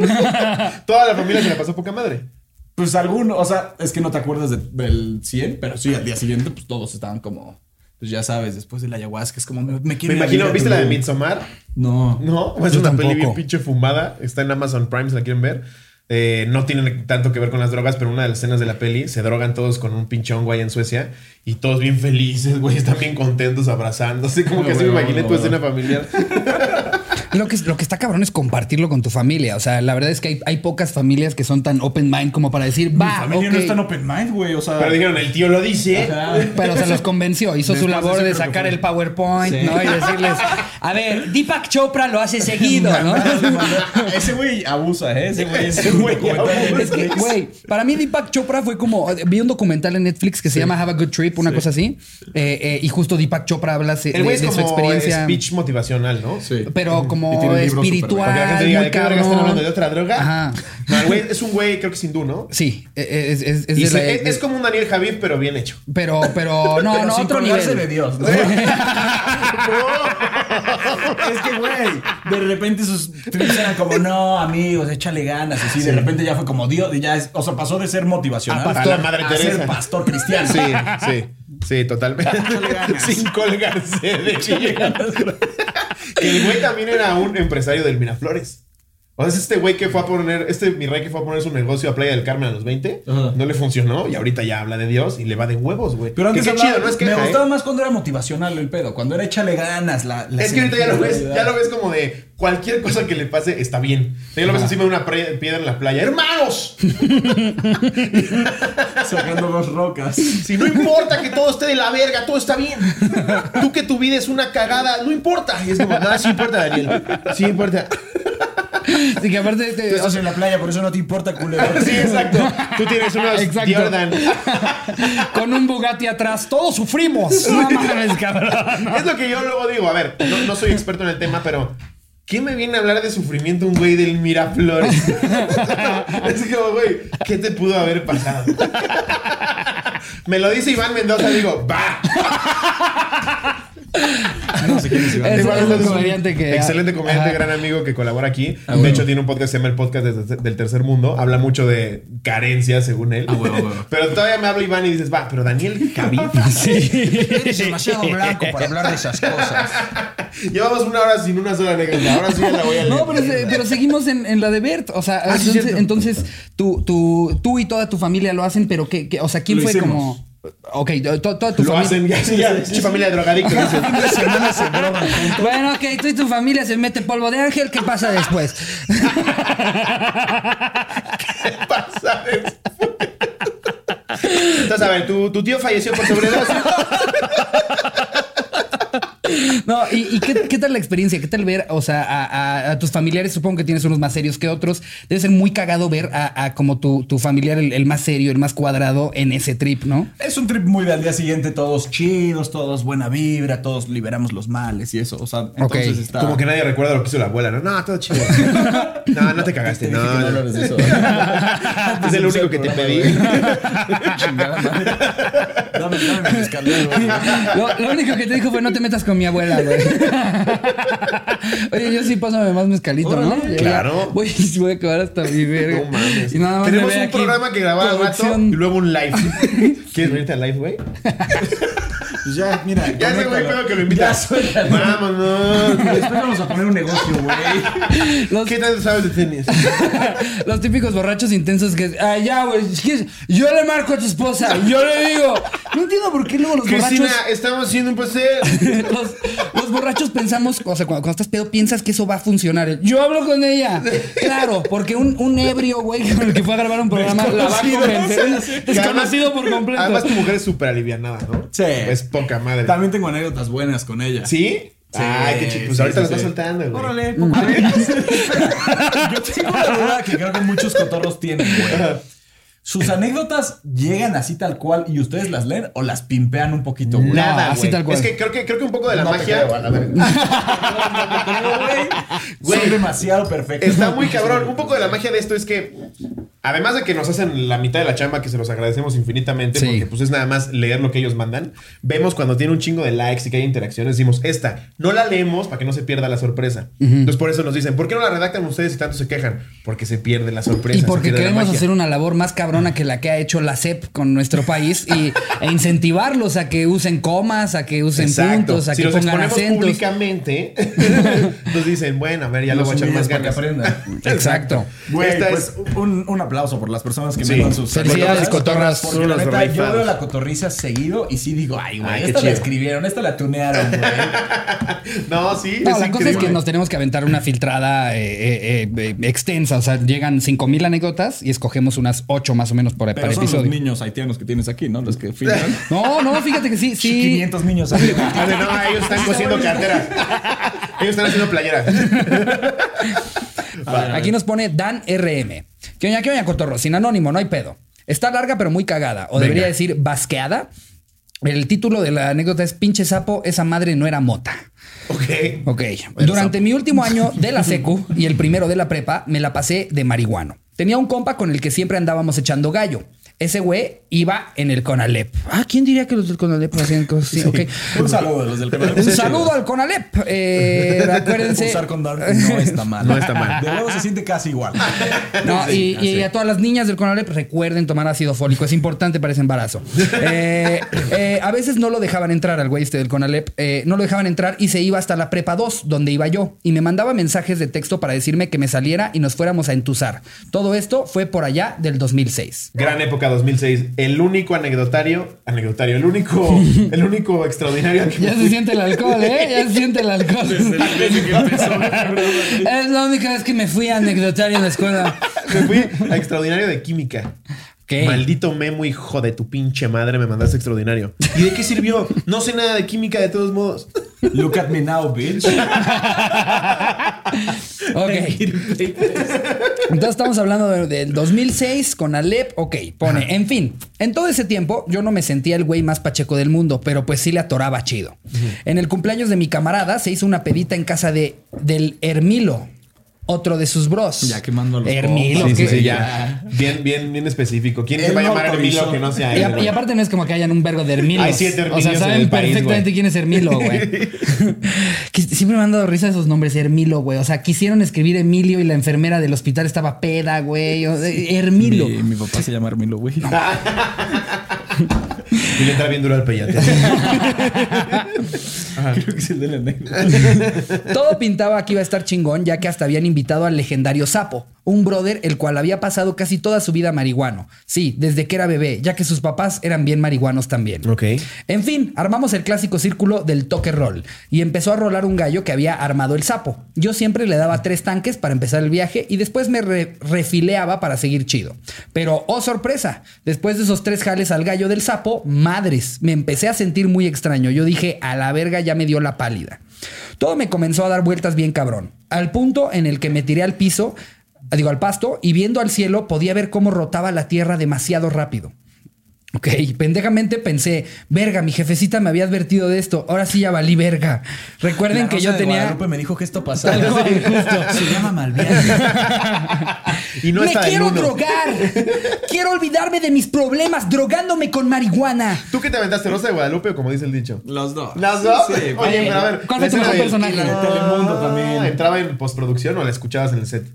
Toda la familia se la pasó poca madre. Pues alguno, o sea, es que no te acuerdas de- del 100, pero sí, al día siguiente, pues todos estaban como, pues ya sabes, después de la ayahuasca, es como, me, me Me quiero ir a imagino, vivir a ¿viste la de Tulum. Midsommar? No. No, pues Yo es una peli tampoco. bien pinche fumada. Está en Amazon Prime, si la quieren ver. Eh, no tiene tanto que ver con las drogas, pero una de las escenas de la peli se drogan todos con un pinchón güey en Suecia y todos bien felices, güey, están bien contentos abrazándose. Como Ah, No, que así me güey, imaginé no, tu no. escena familiar. Lo que, lo que está cabrón es compartirlo con tu familia. O sea, la verdad es que hay, hay pocas familias que son tan open mind como para decir, Mi va, familia no ok". es tan open mind, güey, o sea. Pero dijeron, el tío lo dice. Ajá. Pero se los convenció, hizo su Después labor de de eso creo que sacar fue. el PowerPoint, Sí. ¿no? Y decirles, A ver, Deepak Chopra lo hace seguido, ¿no? Ese güey abusa, ¿eh? Ese güey es Ese un güey documental de abusa. Es que, Netflix. güey, para mí Deepak Chopra fue como. Vi un documental en Netflix que se llama Have a Good Trip, una cosa así. eh, eh, y justo Deepak Chopra habla se- de, El güey es de como su experiencia. speech motivacional, ¿no? Sí. Pero Y como tiene un libro espiritual. Para que la gente diga, muy ¿de qué verga cabrón. están hablando? ¿De otra droga? Ajá. No, el güey es un güey, creo que es hindú, ¿no? Sí, eh, es, es- es Y de se- la- es, es como un Daniel Javid, pero bien hecho. Pero, pero, no, Pero no, sin otro colgarse nivel. de Dios. ¿no? es que, güey, de repente sus tweets eran como, no, amigos, échale ganas. Así, de repente ya fue como Dios. y Ya es- o sea, pasó de ser motivacional A pastor. A la Madre Teresa. ser pastor cristiano. Sí, sí, sí, totalmente. Sin colgarse de chile. El güey también era un empresario del Miraflores. O sea, es este güey que fue a poner, este mi rey que fue a poner su negocio a Playa del Carmen a los 20, Ajá. no le funcionó y ahorita ya habla de Dios y le va de huevos, güey. Pero antes Que qué hablaba- chido, no es me queja, ¿eh? gustaba más cuando era motivacional el pedo, cuando era échale ganas. La, la ¿eh? Es que ahorita ya lo ves, sensibilidad. ya lo ves como de cualquier cosa que le pase está bien. O sea, Ya lo ves encima de una pre- piedra en la playa. ¡Hermanos! Sacando dos rocas. Si no importa que todo esté de la verga, todo está bien. Tú que tu vida es una cagada, no importa. Y es como, nada, sí importa, Daniel. Sí importa. Sí, que aparte, este, Tú o estás en la playa, por eso no te importa, culero. Sí, exacto. Tú tienes unos Exacto. Jordan. sea, con un Bugatti atrás, todos sufrimos. No mames, cabrón. Es lo que yo luego digo. A ver, no, no soy experto en el tema, pero. ¿Qué me viene a hablar de sufrimiento un güey del Miraflores? es como, güey, ¿qué te pudo haber pasado? me lo dice Iván Mendoza, digo, va. No sé quién es Iván. Es- Iván Mendoza un comediante que- Excelente comediante, Ajá. gran amigo que colabora aquí. Ah, de huevo. hecho, tiene un podcast que se llama El Podcast de- del Tercer Mundo. Habla mucho de carencias, según él. Ah, huevo, huevo. Pero todavía me habla Iván y dices, va, pero Daniel Javid. Eres demasiado blanco para hablar de esas cosas. Llevamos una hora sin una sola anécdota. Ahora sí ya la voy a leer. No, pero, se- pero seguimos en, en la de Bert. O sea, Ah, sí, entonces, cierto. entonces tú, tú, tú y toda tu familia lo hacen, pero ¿qué? qué- o sea, ¿quién Lo fue hicimos. como...? Ok, to- toda tu Lo familia... hacen ya, sí, ya. pinche familia de drogadictos. dices. Bueno, ok, tú y tu familia se mete polvo de ángel, ¿qué pasa después? ¿Qué pasa después? Entonces, a ver, tu, tu tío falleció por sobredosis. No, ¿y, y qué, qué tal la experiencia? ¿Qué tal ver, o sea, a, a- a tus familiares? Supongo que tienes unos más serios que otros. Debe ser muy cagado ver a, a como tu, tu familiar, el, el más serio, el más cuadrado en ese trip, ¿no? Es un trip muy de al día siguiente, todos chidos, todos buena vibra, todos liberamos los males y eso. O sea, entonces Ok, está. Como que nadie recuerda lo que hizo la abuela, ¿no? No, todo chido. No, no te cagaste. Te Este, dije No, que no no. hablaras de eso. Es el único que te pedí. Chingada madre. Dame, dame mi escalero, güey. Lo, lo único que te dijo fue no te metas con mi abuela, güey. Oye, yo sí pásame más mezcalito, ¿no? Órale. Ya, ya. Claro. Voy, voy a acabar hasta mi verga. No mames. Y nada más me Tenemos ve un aquí programa que grabar al rato producción. y luego un live. ¿Quieres venirte al live, güey? Pues ya, mira. Ya ese güey conéctalo. creo que lo invita. Ya suéltalo. Vámonos. Después vamos a poner un negocio, güey. Los, ¿Qué tanto sabes de tenis? los típicos borrachos intensos que. Ah, ya, güey. es que Yo le marco a tu esposa. Yo le digo. No entiendo por qué luego los Cristina, borrachos. estamos haciendo un pastel. los, los borrachos pensamos, o sea, cuando, cuando estás pedo, piensas que eso va a funcionar. Yo hablo con ella. Claro, porque un, un ebrio, güey, con el que fue a grabar un programa, la va a Desconocido. convencer. Desconocido por completo. Además, tu mujer es súper alivianada, ¿no? Sí. Es poca madre. También tengo anécdotas buenas con ella. ¿Sí? Ay, qué chido. Pues ahorita lo lo estás soltando, güey. Órale, compadre. Yo tengo una duda que creo que muchos cotorros tienen, güey. ¿Sus anécdotas llegan así tal cual y ustedes las leen o las pimpean un poquito, güey? Nada, No, así güey. tal cual. Es que creo que, creo que un poco de la No te magia. creo, a la No, güey. Güey. Son demasiado perfectos. Está muy cabrón. Un poco de la magia de esto es que, además de que nos hacen la mitad de la chamba, que se los agradecemos infinitamente, Sí. porque pues es nada más leer lo que ellos mandan, vemos cuando tiene un chingo de likes y que hay interacciones, decimos, esta, no la leemos para que no se pierda la sorpresa. Entonces por eso nos dicen, ¿por qué no la redactan ustedes si tanto se quejan? Porque se pierde la sorpresa. Y se porque pierde la queremos magia. hacer una labor más cabrona que la que ha hecho la CEP con nuestro país y, e incentivarlos a que usen comas, a que usen Exacto. puntos, a Si que los pongan exponemos acentos. públicamente, nos dicen, bueno, a ver, ya lo Los voy a echar humillas más para que ganas. aprendan. Exacto. Güey, Esta pues un, un aplauso por las personas que Sí. me dan sus Felicidades, cotorras, Porque son la los neta, yo rifados. veo la cotorriza seguido y sí digo, ay, Ay, güey, qué esta la chido. escribieron, esta la tunearon, güey. No, sí. No, es la cosa es que increíble. nos tenemos que aventar una filtrada eh, eh, eh, eh, extensa. O sea, llegan 5000 anécdotas y escogemos unas 8 más o menos por, Pero para son los episodio. niños haitianos que tienes aquí, ¿no? Los que filtran. No, no, fíjate que sí, sí. 500 niños haitianos. Ah, de, no, ellos están cosiendo carteras. Ellos están haciendo playeras. Aquí nos pone Dan RM. ¿Qué oña, qué oña, cotorro? Sin anónimo, no hay pedo. Está larga, pero muy cagada. O debería decir basqueada. El título de la anécdota es Pinche sapo, esa madre no era mota. ok. Ok. Durante mi último año de la secu y el primero de la prepa, me la pasé de marihuano. Tenía un compa con el que siempre andábamos echando gallo. Ese güey iba en el Conalep. Ah, ¿quién diría que los del Conalep hacían cosas así? Ok. Un saludo a los del canal. Un saludo al Conalep. Eh, acuérdense. Usar condón no está mal. No está mal. De nuevo se siente casi igual. No, y- y, a todas las niñas del Conalep recuerden tomar ácido fólico. Es importante para ese embarazo. Eh, eh, a veces no lo dejaban entrar al güey este del Conalep. eh, no lo dejaban entrar y se iba hasta la prepa 2, donde iba yo. Y me mandaba mensajes de texto para decirme que me saliera y nos fuéramos a entusar. Todo esto fue por allá del 2006. Gran época 2006. El único anecdotario, anecdotario, el único, el único extraordinario que Ya se siente el alcohol, ¿eh? Ya se siente el alcohol. es la única vez que me fui a anecdotario en la escuela. me fui a extraordinario de química. Ok. Maldito memo, hijo de tu pinche madre, me mandaste extraordinario. ¿Y de qué sirvió? No sé nada de química de todos modos. Look at me now, bitch. Ok. Entonces estamos hablando de- del 2006 con Alep. Ok, pone. En fin, en todo ese tiempo yo no me sentía el güey más pacheco del mundo, pero pues sí le atoraba chido. En el cumpleaños de mi camarada se hizo una pedita en casa de, del Hermilo, otro de sus bros. Ya quemando a los Hermilo. compas. ¿qué? Sí, sí, ya. Bien, bien, bien específico. ¿Quién Él se va a no llamar autorizó. Hermilo que no sea Y, él, a- güey? y aparte no es como que hayan un vergo de Hermilos. Hay siete O Hermilios sea, en saben el país, perfectamente güey. quién es Hermilo, güey. Que siempre me han dado risa esos nombres, Hermilo, güey. O sea, quisieron escribir Emilio y la enfermera del hospital estaba peda, güey. O- Hermilo. Mi, mi papá se llama Hermilo, güey. Y le entra bien duro al peyate. Creo que es el de la anécdota. Todo pintaba que iba a estar chingón, ya que hasta habían invitado al legendario Sapo, un brother el cual había pasado casi toda su vida marihuano. Sí, desde que era bebé, ya que sus papás eran bien marihuanos también. Ok. En fin, armamos el clásico círculo del toque roll y empezó a rolar un gallo que había armado el sapo. Yo siempre le daba tres tanques para empezar el viaje y después me re- refileaba para seguir chido. Pero, oh sorpresa, después de esos tres jales al gallo del sapo, madres, me empecé a sentir muy extraño. Yo dije, a la verga ya me dio la pálida. Todo me comenzó a dar vueltas bien cabrón, al punto en el que me tiré al piso, digo al pasto, y viendo al cielo podía ver cómo rotaba la tierra demasiado rápido. Ok, pendejamente pensé, verga, mi jefecita me había advertido de esto, ahora sí ya valí verga. Recuerden La que Rosa yo de tenía... Guadalupe me dijo que esto pasaba. Tal cual, justo. Se llama Malviaje. Y no ¡Me está el quiero uno. drogar! ¡Quiero olvidarme de mis problemas drogándome con marihuana! ¿Tú qué te aventaste, Rosa de Guadalupe o como dice el dicho? Los dos. ¿Las dos? Sí, güey. Oye, pero a ver. ¿Cuál fue tu la escena mejor del- personaje? Ah, Telemundo también. ¿Entraba en postproducción o la escuchabas en el set?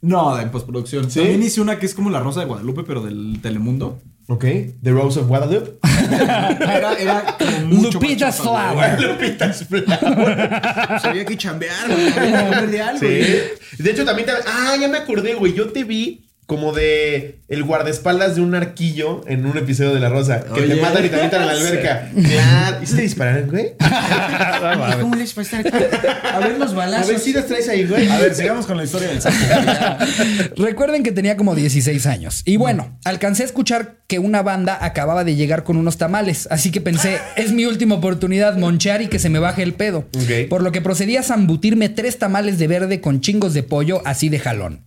No, de postproducción. ¿Sí? También hice una que es como la Rosa de Guadalupe, pero del Telemundo. Ok. The Rose of Guadalupe. Era, era como mucho más Lupita chafa, güey. Flower. Lupita's Flower. Pues había que chambear, güey. había que comer de algo, ¿eh? Sí. güey. De hecho, también te. Ah, ya me acordé, güey. Yo te vi como de el guardaespaldas de un arquillo en un episodio de La Rosa. Que te Oye. matan y te avientan a la alberca. Claro. ¿Y si te dispararon, güey? ¿Cómo les pasa? A ver los A balazos. ver si las traes ahí, güey. A ver, sigamos con la historia del sapo. Recuerden que tenía como 16 años. Y bueno, alcancé a escuchar que una banda acababa de llegar con unos tamales. Así que pensé, es mi última oportunidad monchar y que se me baje el pedo. Ok. Por lo que procedí a zambutirme tres tamales de verde con chingos de pollo así de jalón.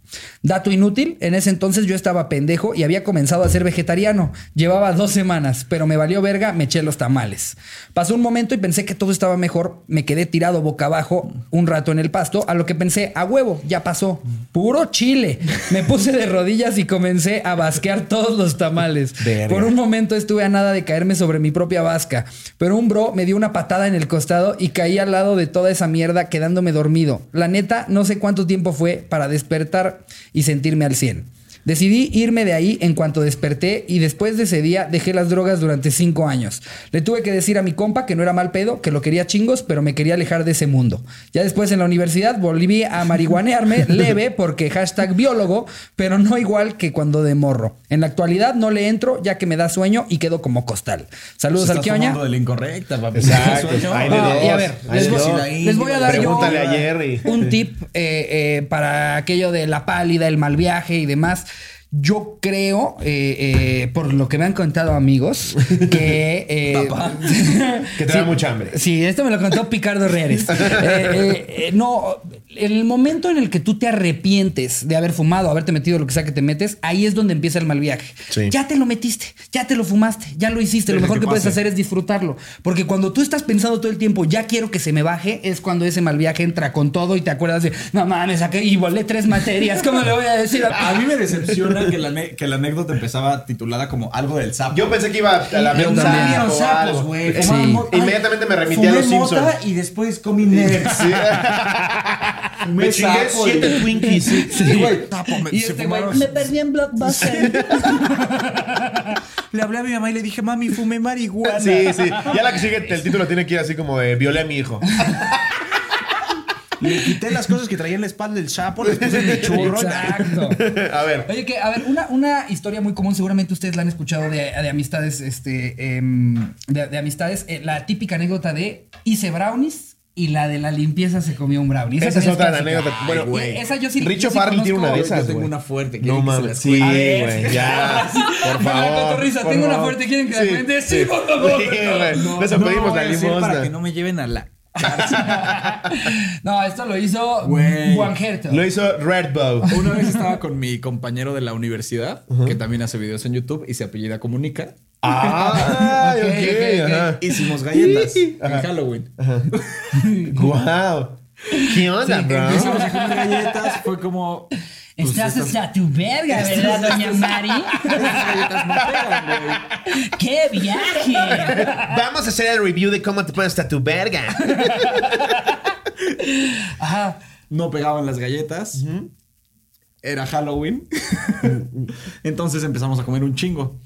Dato inútil, en ese entonces yo estaba pendejo y había comenzado a ser vegetariano. Llevaba dos semanas, pero me valió verga, me eché los tamales. Pasó un momento y pensé que todo estaba mejor, me quedé tirado boca abajo un rato en el pasto, a lo que pensé, a huevo, ya pasó. Puro chile. Me puse de rodillas y comencé a basquear todos los tamales. Verga. Por un momento estuve a nada de caerme sobre mi propia vasca, pero un bro me dio una patada en el costado y caí al lado de toda esa mierda quedándome dormido. La neta, no sé cuánto tiempo fue para despertar y sentirme al 100. Decidí irme de ahí en cuanto desperté y después de ese día dejé las drogas durante cinco años. Le tuve que decir a mi compa que no era mal pedo, que lo quería chingos, pero me quería alejar de ese mundo. Ya después en la universidad volví a marihuanearme leve porque hashtag biólogo, pero no igual que cuando de morro. En la actualidad no le entro ya que me da sueño y quedo como costal. Saludos al Estás tomando Kioña. del incorrecta, papi. Exacto. Sueño. Hay de Ah, dos. y a ver, hay les de voy- dos. les voy a dar yo Pregúntale a Jerry. un tip eh, eh, para aquello de la pálida, el mal viaje y demás. Yo creo, eh, eh, por lo que me han contado amigos, que... eh, Que te da mucha hambre. Sí, esto me lo contó Picardo Reares. Eh, eh, eh, no, el momento en el que tú te arrepientes de haber fumado, haberte metido lo que sea que te metes, ahí es donde empieza el mal viaje. Sí. Ya te lo metiste, ya te lo fumaste, ya lo hiciste. Lo Deja mejor que que puedes pase. hacer es disfrutarlo. Porque cuando tú estás pensando todo el tiempo, ya quiero que se me baje, es cuando ese mal viaje entra con todo y te acuerdas de, no mames, saqué y volé tres materias. ¿Cómo le voy a decir a Ah, A mí me decepciona que la, ane- que la anécdota empezaba titulada como algo del sapo. Yo pensé que iba a la Yo Yo también. también o algo. sapos, güey. Sí. Fumaba mota. Ay, Inmediatamente me remití a fumé los Simpson. mota Y después comí nerds. Sí. Me chingué sapo, siete Twinkies. Sí, güey, tapo, me, Y se este güey, fumaron- me perdí en Blockbuster. Le hablé a mi mamá y le dije, mami, fumé marihuana. Sí, sí. Ya la que sigue, el título tiene que ir así como de violé a mi hijo. Le quité las cosas que traía en la espalda del sapo, le puse mi churro. Exacto. A ver. Oye, que, a ver, una, una historia muy común, seguramente ustedes la han escuchado de, de amistades, este, em, de, de amistades, eh, la típica anécdota de hice brownies y la de la limpieza se comió un brownie. Esa es también otra clásica. anécdota. Bueno, güey. esa yo sí- Richo yo sí Farrell tiene conozco. una de Yo esas. tengo güey. una fuerte, No ¿quieren que se mames. las Sí, cuente? güey. Ya. Por Dame la favor. cotorriza, por tengo una favor. fuerte, ¿quieren que la cuente? Sí, por favor. Sí, güey. Les pedimos la voy a hacer Para que limosna. no me lleven a la. No, esto lo hizo Güey. Juan Gerto. Lo hizo Red Bow. Una vez estaba con mi compañero de la universidad, que también hace videos en YouTube y se apellida Comunica. Ah, Ok, ok, ok. ok. Hicimos galletas Sí. en Halloween. Wow. ¿Qué onda, bro? Empezamos a comer galletas, fue como. pues, Estás estas- hasta tu verga, ¿verdad, doña Mari? estas galletas no pegan, güey. ¡Qué viaje! Vamos a hacer el review de cómo te pones hasta tu verga. Ajá. No pegaban las galletas. Era Halloween. Mm, Entonces empezamos a comer un chingo.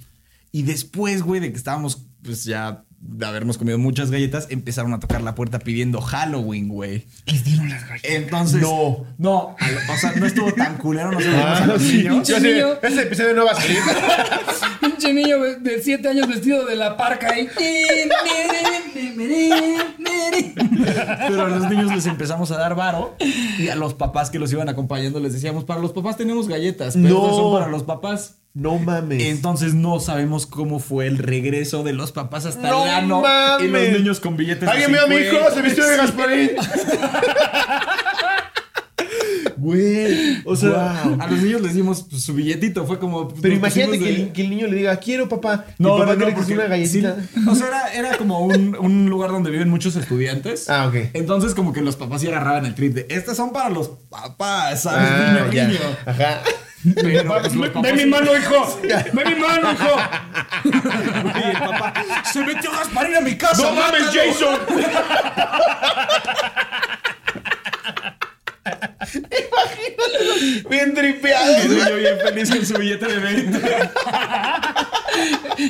Y después, güey, de que estábamos, pues ya de habernos comido muchas galletas, empezaron a tocar la puerta pidiendo Halloween, güey. Les dieron las galletas. Entonces. No. No, a lo- o sea, no estuvo tan culero, no se lo dimos a Ah, los sí. niños. Yo así de, Este episodio no va a salir. Pinche niño de 7 años vestido de la parca ahí. Pero a los niños les empezamos a dar varo. Y a los papás que los iban acompañando les decíamos: Para los papás tenemos galletas, pero No. no son para los papás. No mames. Entonces no sabemos cómo fue el regreso de los papás hasta No el ano y los mames. niños con billetes. de ¿Alguien vio a mi hijo? 50. Se vistió de Gasparín. Güey. O sea, a los niños les dimos pues, su billetito, fue como. pues, Pero nos imagínate pusimos que de- el, que el niño le diga, quiero papá. Y No, papá no, no, cree que es porque una galletita. sí, o sea, era, era como un, un lugar donde viven muchos estudiantes. Ah, ok. Entonces, como que los papás sí agarraban el trip de estas son para los papás, ¿sabes? Ah, niño, ya. niño. Ajá. Pero, pues, los hijo! papás sí- ¡Ve mi mano, hijo! Güey, el papá, ¡Se metió Gasparín a mi casa! mátalo". Jason! Imagínate, bien Y tripeado. el niño bien feliz con su billete de 20.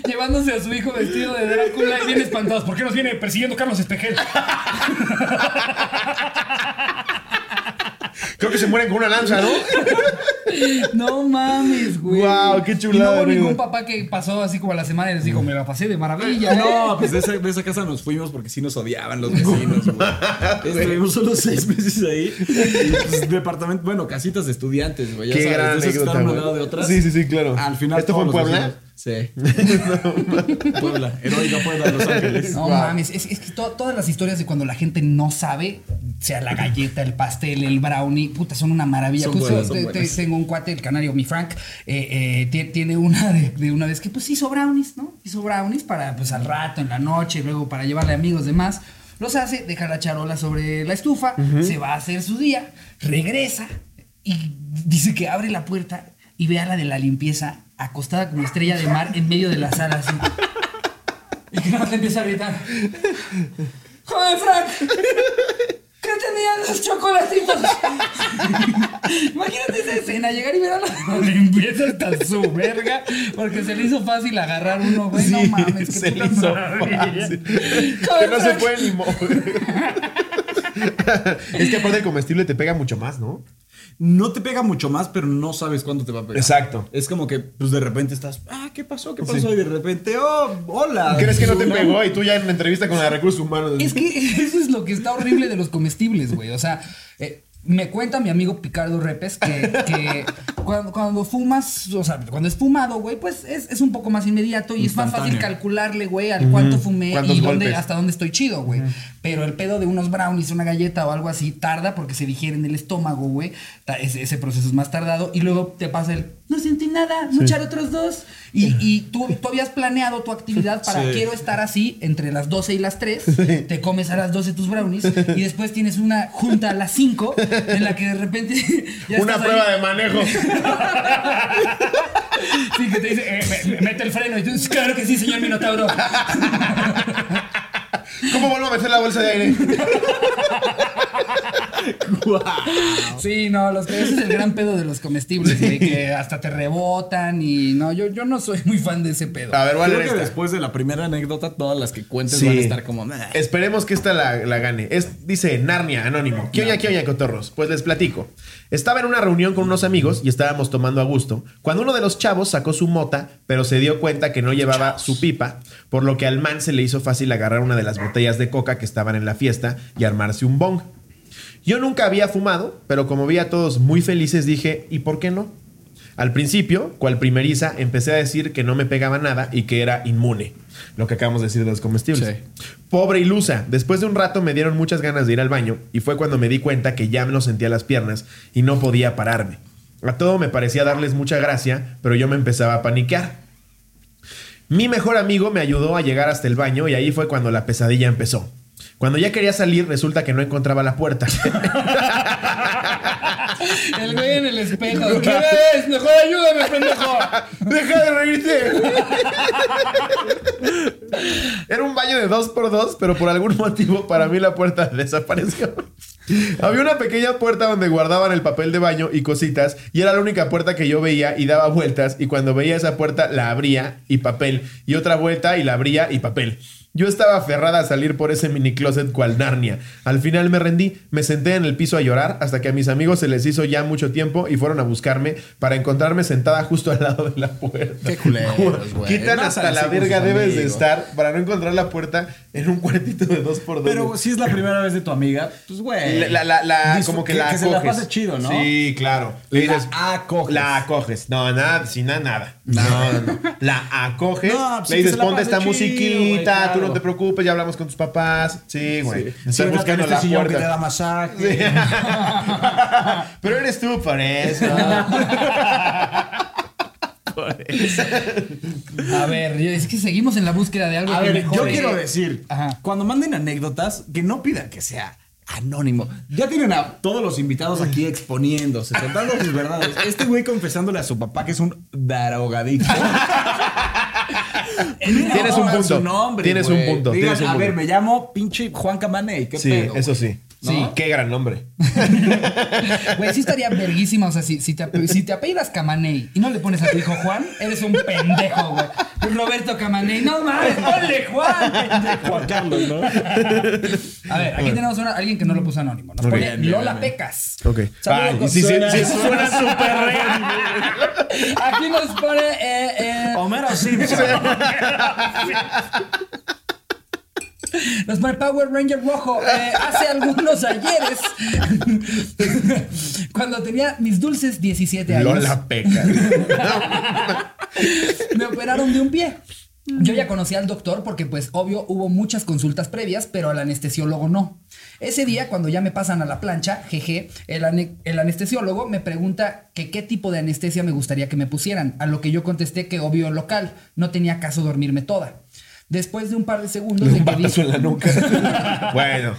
Llevándose a su hijo vestido de Drácula y bien espantados. ¿Por qué nos viene persiguiendo Carlos Espejel? Creo que se mueren con una lanza, ¿no? No mames, güey. Guau, qué Y no chulada, hubo amigo. ningún papá que pasó así como a la semana y les dijo, me la pasé de maravilla. No, ¿eh?". pues de esa, de esa casa nos fuimos porque sí nos odiaban los vecinos, güey. Estuvimos solo seis meses ahí. Y, pues, departamento, bueno, casitas de estudiantes, güey. Ya Qué sabes, gran de esas que anécdota, están una güey. al lado de otras. Sí, sí, sí, claro. Al final. ¿Esto fue en todos los Puebla? vecinos- Sí. Puebla, heroica Puebla, Los Ángeles. No mames, es, es que to- todas las historias de cuando la gente no sabe, sea la galleta, el pastel, el brownie, puta, son una maravilla. Son Justo buenas, son te- te- buenas. tengo un cuate, el canario, mi Frank, eh, eh, tie- tiene una de, de una vez que pues hizo brownies, ¿no? Hizo brownies para pues al rato, en la noche, luego para llevarle amigos, demás. Los hace, deja la charola sobre la estufa, se va a hacer su día, regresa y dice que abre la puerta y ve a la de la limpieza acostada como estrella de mar en medio de la sala así. Y que nada más le empieza a gritar. ¡Joven Frank! ¿Qué tenían los chocolatitos? Imagínate esa escena, llegar y ver a la limpieza hasta su verga, porque se le hizo fácil agarrar uno, güey. no mames, qué se le puta hizo maravilla. fácil. Que Joven no se Frank, puede ni mover. es que aparte el comestible te pega mucho más, ¿no? No te pega mucho más, pero no sabes cuándo te va a pegar. Exacto. Es como que, pues de repente estás, ah, ¿qué pasó? ¿Qué pasó? Y de repente, oh, hola. ¿Crees que no te Una- pegó? Y tú ya en la entrevista con la de recursos humanos. Es que eso es lo que está horrible de los comestibles, güey. O sea, eh, Me cuenta mi amigo Picardo Repes que, que cuando, cuando fumas, o sea, cuando es fumado, güey, pues es, es un poco más inmediato y es más fácil Instantáneo. calcularle, güey, al cuánto fumé ¿Cuántos y dónde, golpes? hasta dónde estoy chido, güey. Pero el pedo de unos brownies, una galleta o algo así, tarda porque se digiere en el estómago, güey. Ta- Ese, ese proceso es más tardado y luego te pasa el, no sentí nada, muchar otros dos. Y, y tú, tú habías planeado tu actividad para Sí. quiero estar así entre las 12 y las 3. Te comes a las 12 tus brownies y después tienes una junta a las 5 en la que de repente. ya Una estás ahí. prueba de manejo. Sí, que te dice, eh, me- me- mete el freno. Y tú, claro que sí, señor Minotauro. ¿Cómo vuelvo a meter la bolsa de aire? Sí, no, los, ese es el gran pedo de los comestibles, güey, que hasta te rebotan y no, yo, yo no soy muy fan de ese pedo. A ver, este, ¿cuál Creo era que esta? después de la primera anécdota, todas las que cuentes Sí. van a estar como. "Meh". Esperemos que esta la, la gane. Es, dice Narnia, anónimo. ¿Qué oña, qué oña, cotorros? Pues les platico. Estaba en una reunión con unos amigos y estábamos tomando a gusto cuando uno de los chavos sacó su mota, pero se dio cuenta que no llevaba su pipa, por lo que al man se le hizo fácil agarrar una de las botellas de coca que estaban en la fiesta y armarse un bong. Yo nunca había fumado, pero como vi a todos muy felices dije, ¿y por qué no? Al principio, cual primeriza, empecé a decir que no me pegaba nada y que era inmune. Lo que acabamos de decir de los comestibles. Pobre ilusa. Después de un rato me dieron muchas ganas de ir al baño y fue cuando me di cuenta que ya me lo sentía las piernas y no podía pararme. A todo me parecía darles mucha gracia, pero yo me empezaba a paniquear. Mi mejor amigo me ayudó a llegar hasta el baño y ahí fue cuando la pesadilla empezó. Cuando ya quería salir, resulta que no encontraba la puerta. El güey en el espejo. ¿Qué ves? Mejor ayúdame, pendejo. ¡Deja de reírte! Era un baño de dos por dos, pero por algún motivo para mí la puerta desapareció. Había una pequeña puerta donde guardaban el papel de baño y cositas, y era la única puerta que yo veía y daba vueltas, y cuando veía esa puerta la abría y papel, y otra vuelta y la abría y papel. Yo estaba aferrada a salir por ese mini closet cual Narnia. Al final me rendí, me senté en el piso a llorar hasta que a mis amigos se les hizo ya mucho tiempo y fueron a buscarme para encontrarme sentada justo al lado de la puerta. Qué culeros, güey. Quitan Vas a hasta la decir con verga sus debes de amigos. estar para no encontrar la puerta en un cuartito de dos por dos. Pero si es la primera vez de tu amiga, pues güey. La, la, la, la- Disfr- como que, la se la acoges. pase chido, ¿no? "Ah, Sí, claro. Le dices, "Ah, La acoges. La acoges. No, nada, sin nada, nada. No, no, no. La acoges. No, pues sí que le dices, se la ponte pase esta chido, musiquita, güey, claro. tú no te preocupes, ya hablamos con tus papás. Sí, güey. Estás Sí, buscando buscando este la sillón que te da puerta. masaje. Pero eres tú por eso. Ah, Por eso. A ver, yo- es que seguimos en la búsqueda de algo A que ver, yo mejore. quiero decir, Ajá. cuando manden anécdotas, que no pidan que sea anónimo. Ya tienen a todos los invitados aquí exponiéndose, contando sus verdades. Este güey confesándole a su papá que es un darogadicto. Tienes un punto. Tienes un punto, Digan, tienes un a punto". ver, me llamo pinche Juan Camaney. ¿Qué Sí, pedo, eso güey?" sí. ¿No? Sí, qué gran nombre. Güey, sí estaría verguísima. O sea, si, si te, ape- si te apellidas Camaney y no le pones a tu hijo Juan, eres un pendejo, güey. Roberto Camaney. No mames, ponle Juan, pendejo. Juan Carlos, ¿no? A ver, aquí tenemos a alguien que no lo puso anónimo. Nos Ok. pone Bien, bien, Lola bien. Pecas. Ok. Ay, Saludos, sí, sí, suena- sí, suena súper Aquí nos pone. eh, eh, Oh. Homero Simpson. Nos pone Power Ranger Rojo. eh, hace algunos ayeres, cuando tenía mis dulces 17 años, Lola Peca. me operaron de un pie. Yo ya conocía al doctor porque, pues, obvio, hubo muchas consultas previas, pero al anestesiólogo no. Ese día, cuando ya me pasan a la plancha, jeje, el, ane- el anestesiólogo me pregunta que qué tipo de anestesia me gustaría que me pusieran, a lo que yo contesté que obvio local, no tenía caso dormirme toda. Después de un par de segundos de que Un batazo di- en la nuca. bueno.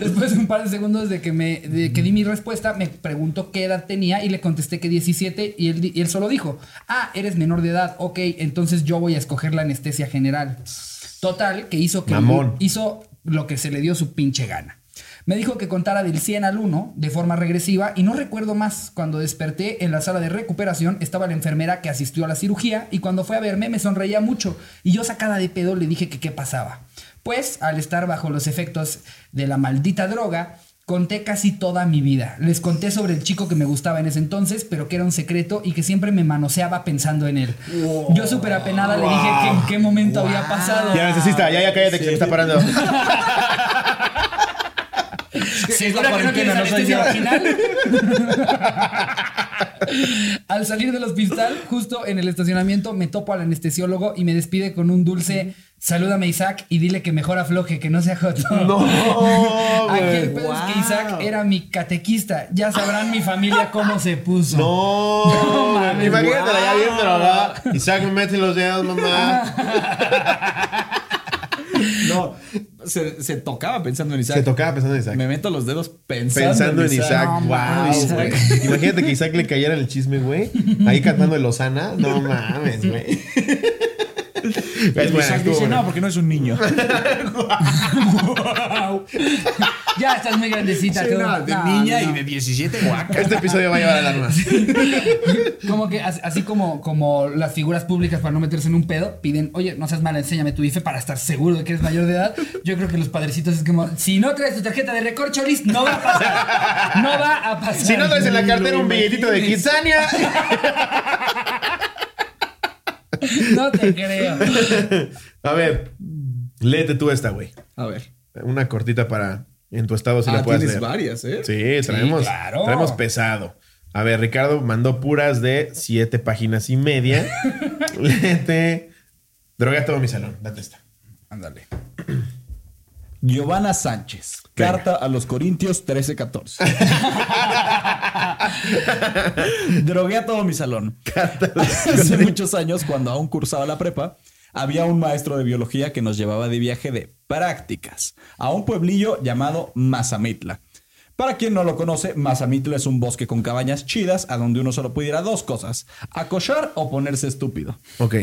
Después de un par de segundos de que me de que di mi respuesta, me preguntó qué edad tenía y le contesté que 17 y él, di- y él solo dijo, ah, eres menor de edad, ok, entonces yo voy a escoger la anestesia general. Total, que hizo que Mamón. hizo lo que se le dio su pinche gana. Me dijo que contara del 100 al 1 de forma regresiva y no recuerdo más. Cuando desperté en la sala de recuperación estaba la enfermera que asistió a la cirugía y cuando fue a verme me sonreía mucho y yo sacada de pedo le dije que qué pasaba. Pues al estar bajo los efectos de la maldita droga, conté casi toda mi vida. Les conté sobre el chico que me gustaba en ese entonces, pero que era un secreto y que siempre me manoseaba pensando en él. Yo súper apenada le dije que en qué momento había pasado. Ya necesita, ya, ya cállate que se me está parando. Si es la cuarentena, no soy yo. Al salir del hospital, justo en el estacionamiento, me topo al anestesiólogo y me despide con un dulce. Salúdame Isaac y dile que mejor afloje, que no sea joto. No, Aquí güey. el pedo es que Isaac era mi catequista. Ya sabrán mi familia cómo se puso. No No, mames, imagínate ya bien drogada. Isaac me mete los dedos, mamá. No, se, se tocaba pensando en Isaac. Se tocaba pensando en Isaac. Me meto los dedos pensando, Pensando en Isaac, No, wow, mames, güey. Imagínate que Isaac le cayera el chisme, güey. Ahí cantando el Lozana. No mames, güey. Es Y buena, Isaac estuvo dice, buena. no, porque no es un niño. Ya estás muy grandecita. Sí, tú. "Ah, no, de No, niña no, y de 17 guaca. Este episodio va a llevar alarma. Como que as- así como, como las figuras públicas para no meterse en un pedo piden, oye, no seas mala, enséñame tu IFE para estar seguro de que eres mayor de edad. Yo creo que los padrecitos es como, si no traes tu tarjeta de recorcholis, no va a pasar. No va a pasar. Si no traes en la cartera un billetito de Kitsania. No te creo. A ver, léete tú esta, güey. A ver. Una cortita para en tu estado si ah, la puedes tienes leer. varias, ¿eh? Sí, traemos, claro. traemos pesado. A ver, Ricardo mandó puras de siete páginas y media. Léete. Droga todo mi salón. Date esta. Ándale. Giovanna Sánchez. Venga. Carta a los Corintios 13-14. Drogué a todo mi salón. Hace muchos años, cuando aún cursaba la prepa, había un maestro de biología que nos llevaba de viaje de prácticas a un pueblillo llamado Mazamitla. Para quien no lo conoce, Mazamitla es un bosque con cabañas chidas a donde uno solo pudiera dos cosas, acochar o ponerse estúpido. Ok.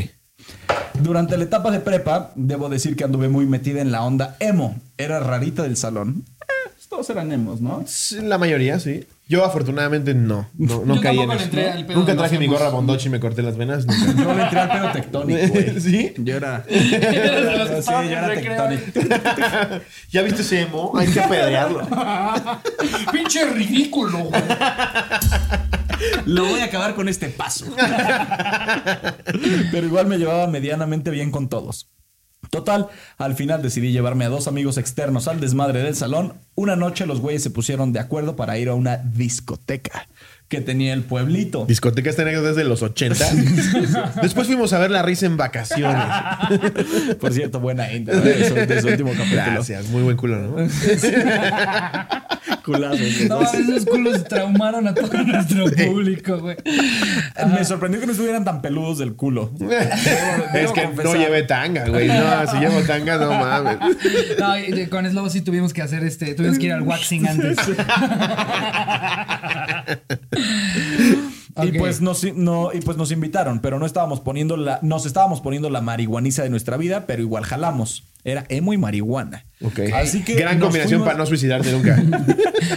Durante la etapa de prepa, debo decir que anduve muy metida en la onda emo. Era rarita del salón. Eh, todos eran emos, ¿no? Sí, La mayoría, sí. Yo afortunadamente no. No, no Yo caí en tampoco le eso. entré al pedo Nunca de traje los mi emos. gorra bondochi y me corté las venas. Nunca. Yo le entré al pedo tectónico, güey. ¿Sí? Yo era. Los que sí, yo estaban en era recreo. tectónico. ¿Ya viste ese emo? Hay que apedrearlo. Pinche ridículo, güey. Lo voy a acabar con este paso. Pero igual me llevaba medianamente bien con todos. Total, al final decidí llevarme a dos amigos externos al desmadre del salón. Una noche los güeyes se pusieron de acuerdo para ir a una discoteca que tenía el pueblito. Discoteca esta anécdota es de los 80. Después fuimos a ver la risa en vacaciones. Por cierto, buena enda ¿eh? de su, de su último capítulo. Gracias. Muy buen culo, ¿no? Culazo, No, entonces. esos culos traumaron a todo nuestro público, güey. Me sorprendió que no estuvieran tan peludos del culo. es que no confesar. llevé tanga, güey. No, si llevo tanga, no mames. No, y de- con Slobo sí tuvimos que hacer este, tuvimos que ir al waxing antes. Y Ok. pues nos no, y pues nos invitaron, pero no estábamos poniendo la, nos estábamos poniendo la marihuaniza de nuestra vida, pero igual jalamos. Era emo y marihuana. Ok. Así que Gran nos combinación fuimos- Ah, para no suicidarte nunca.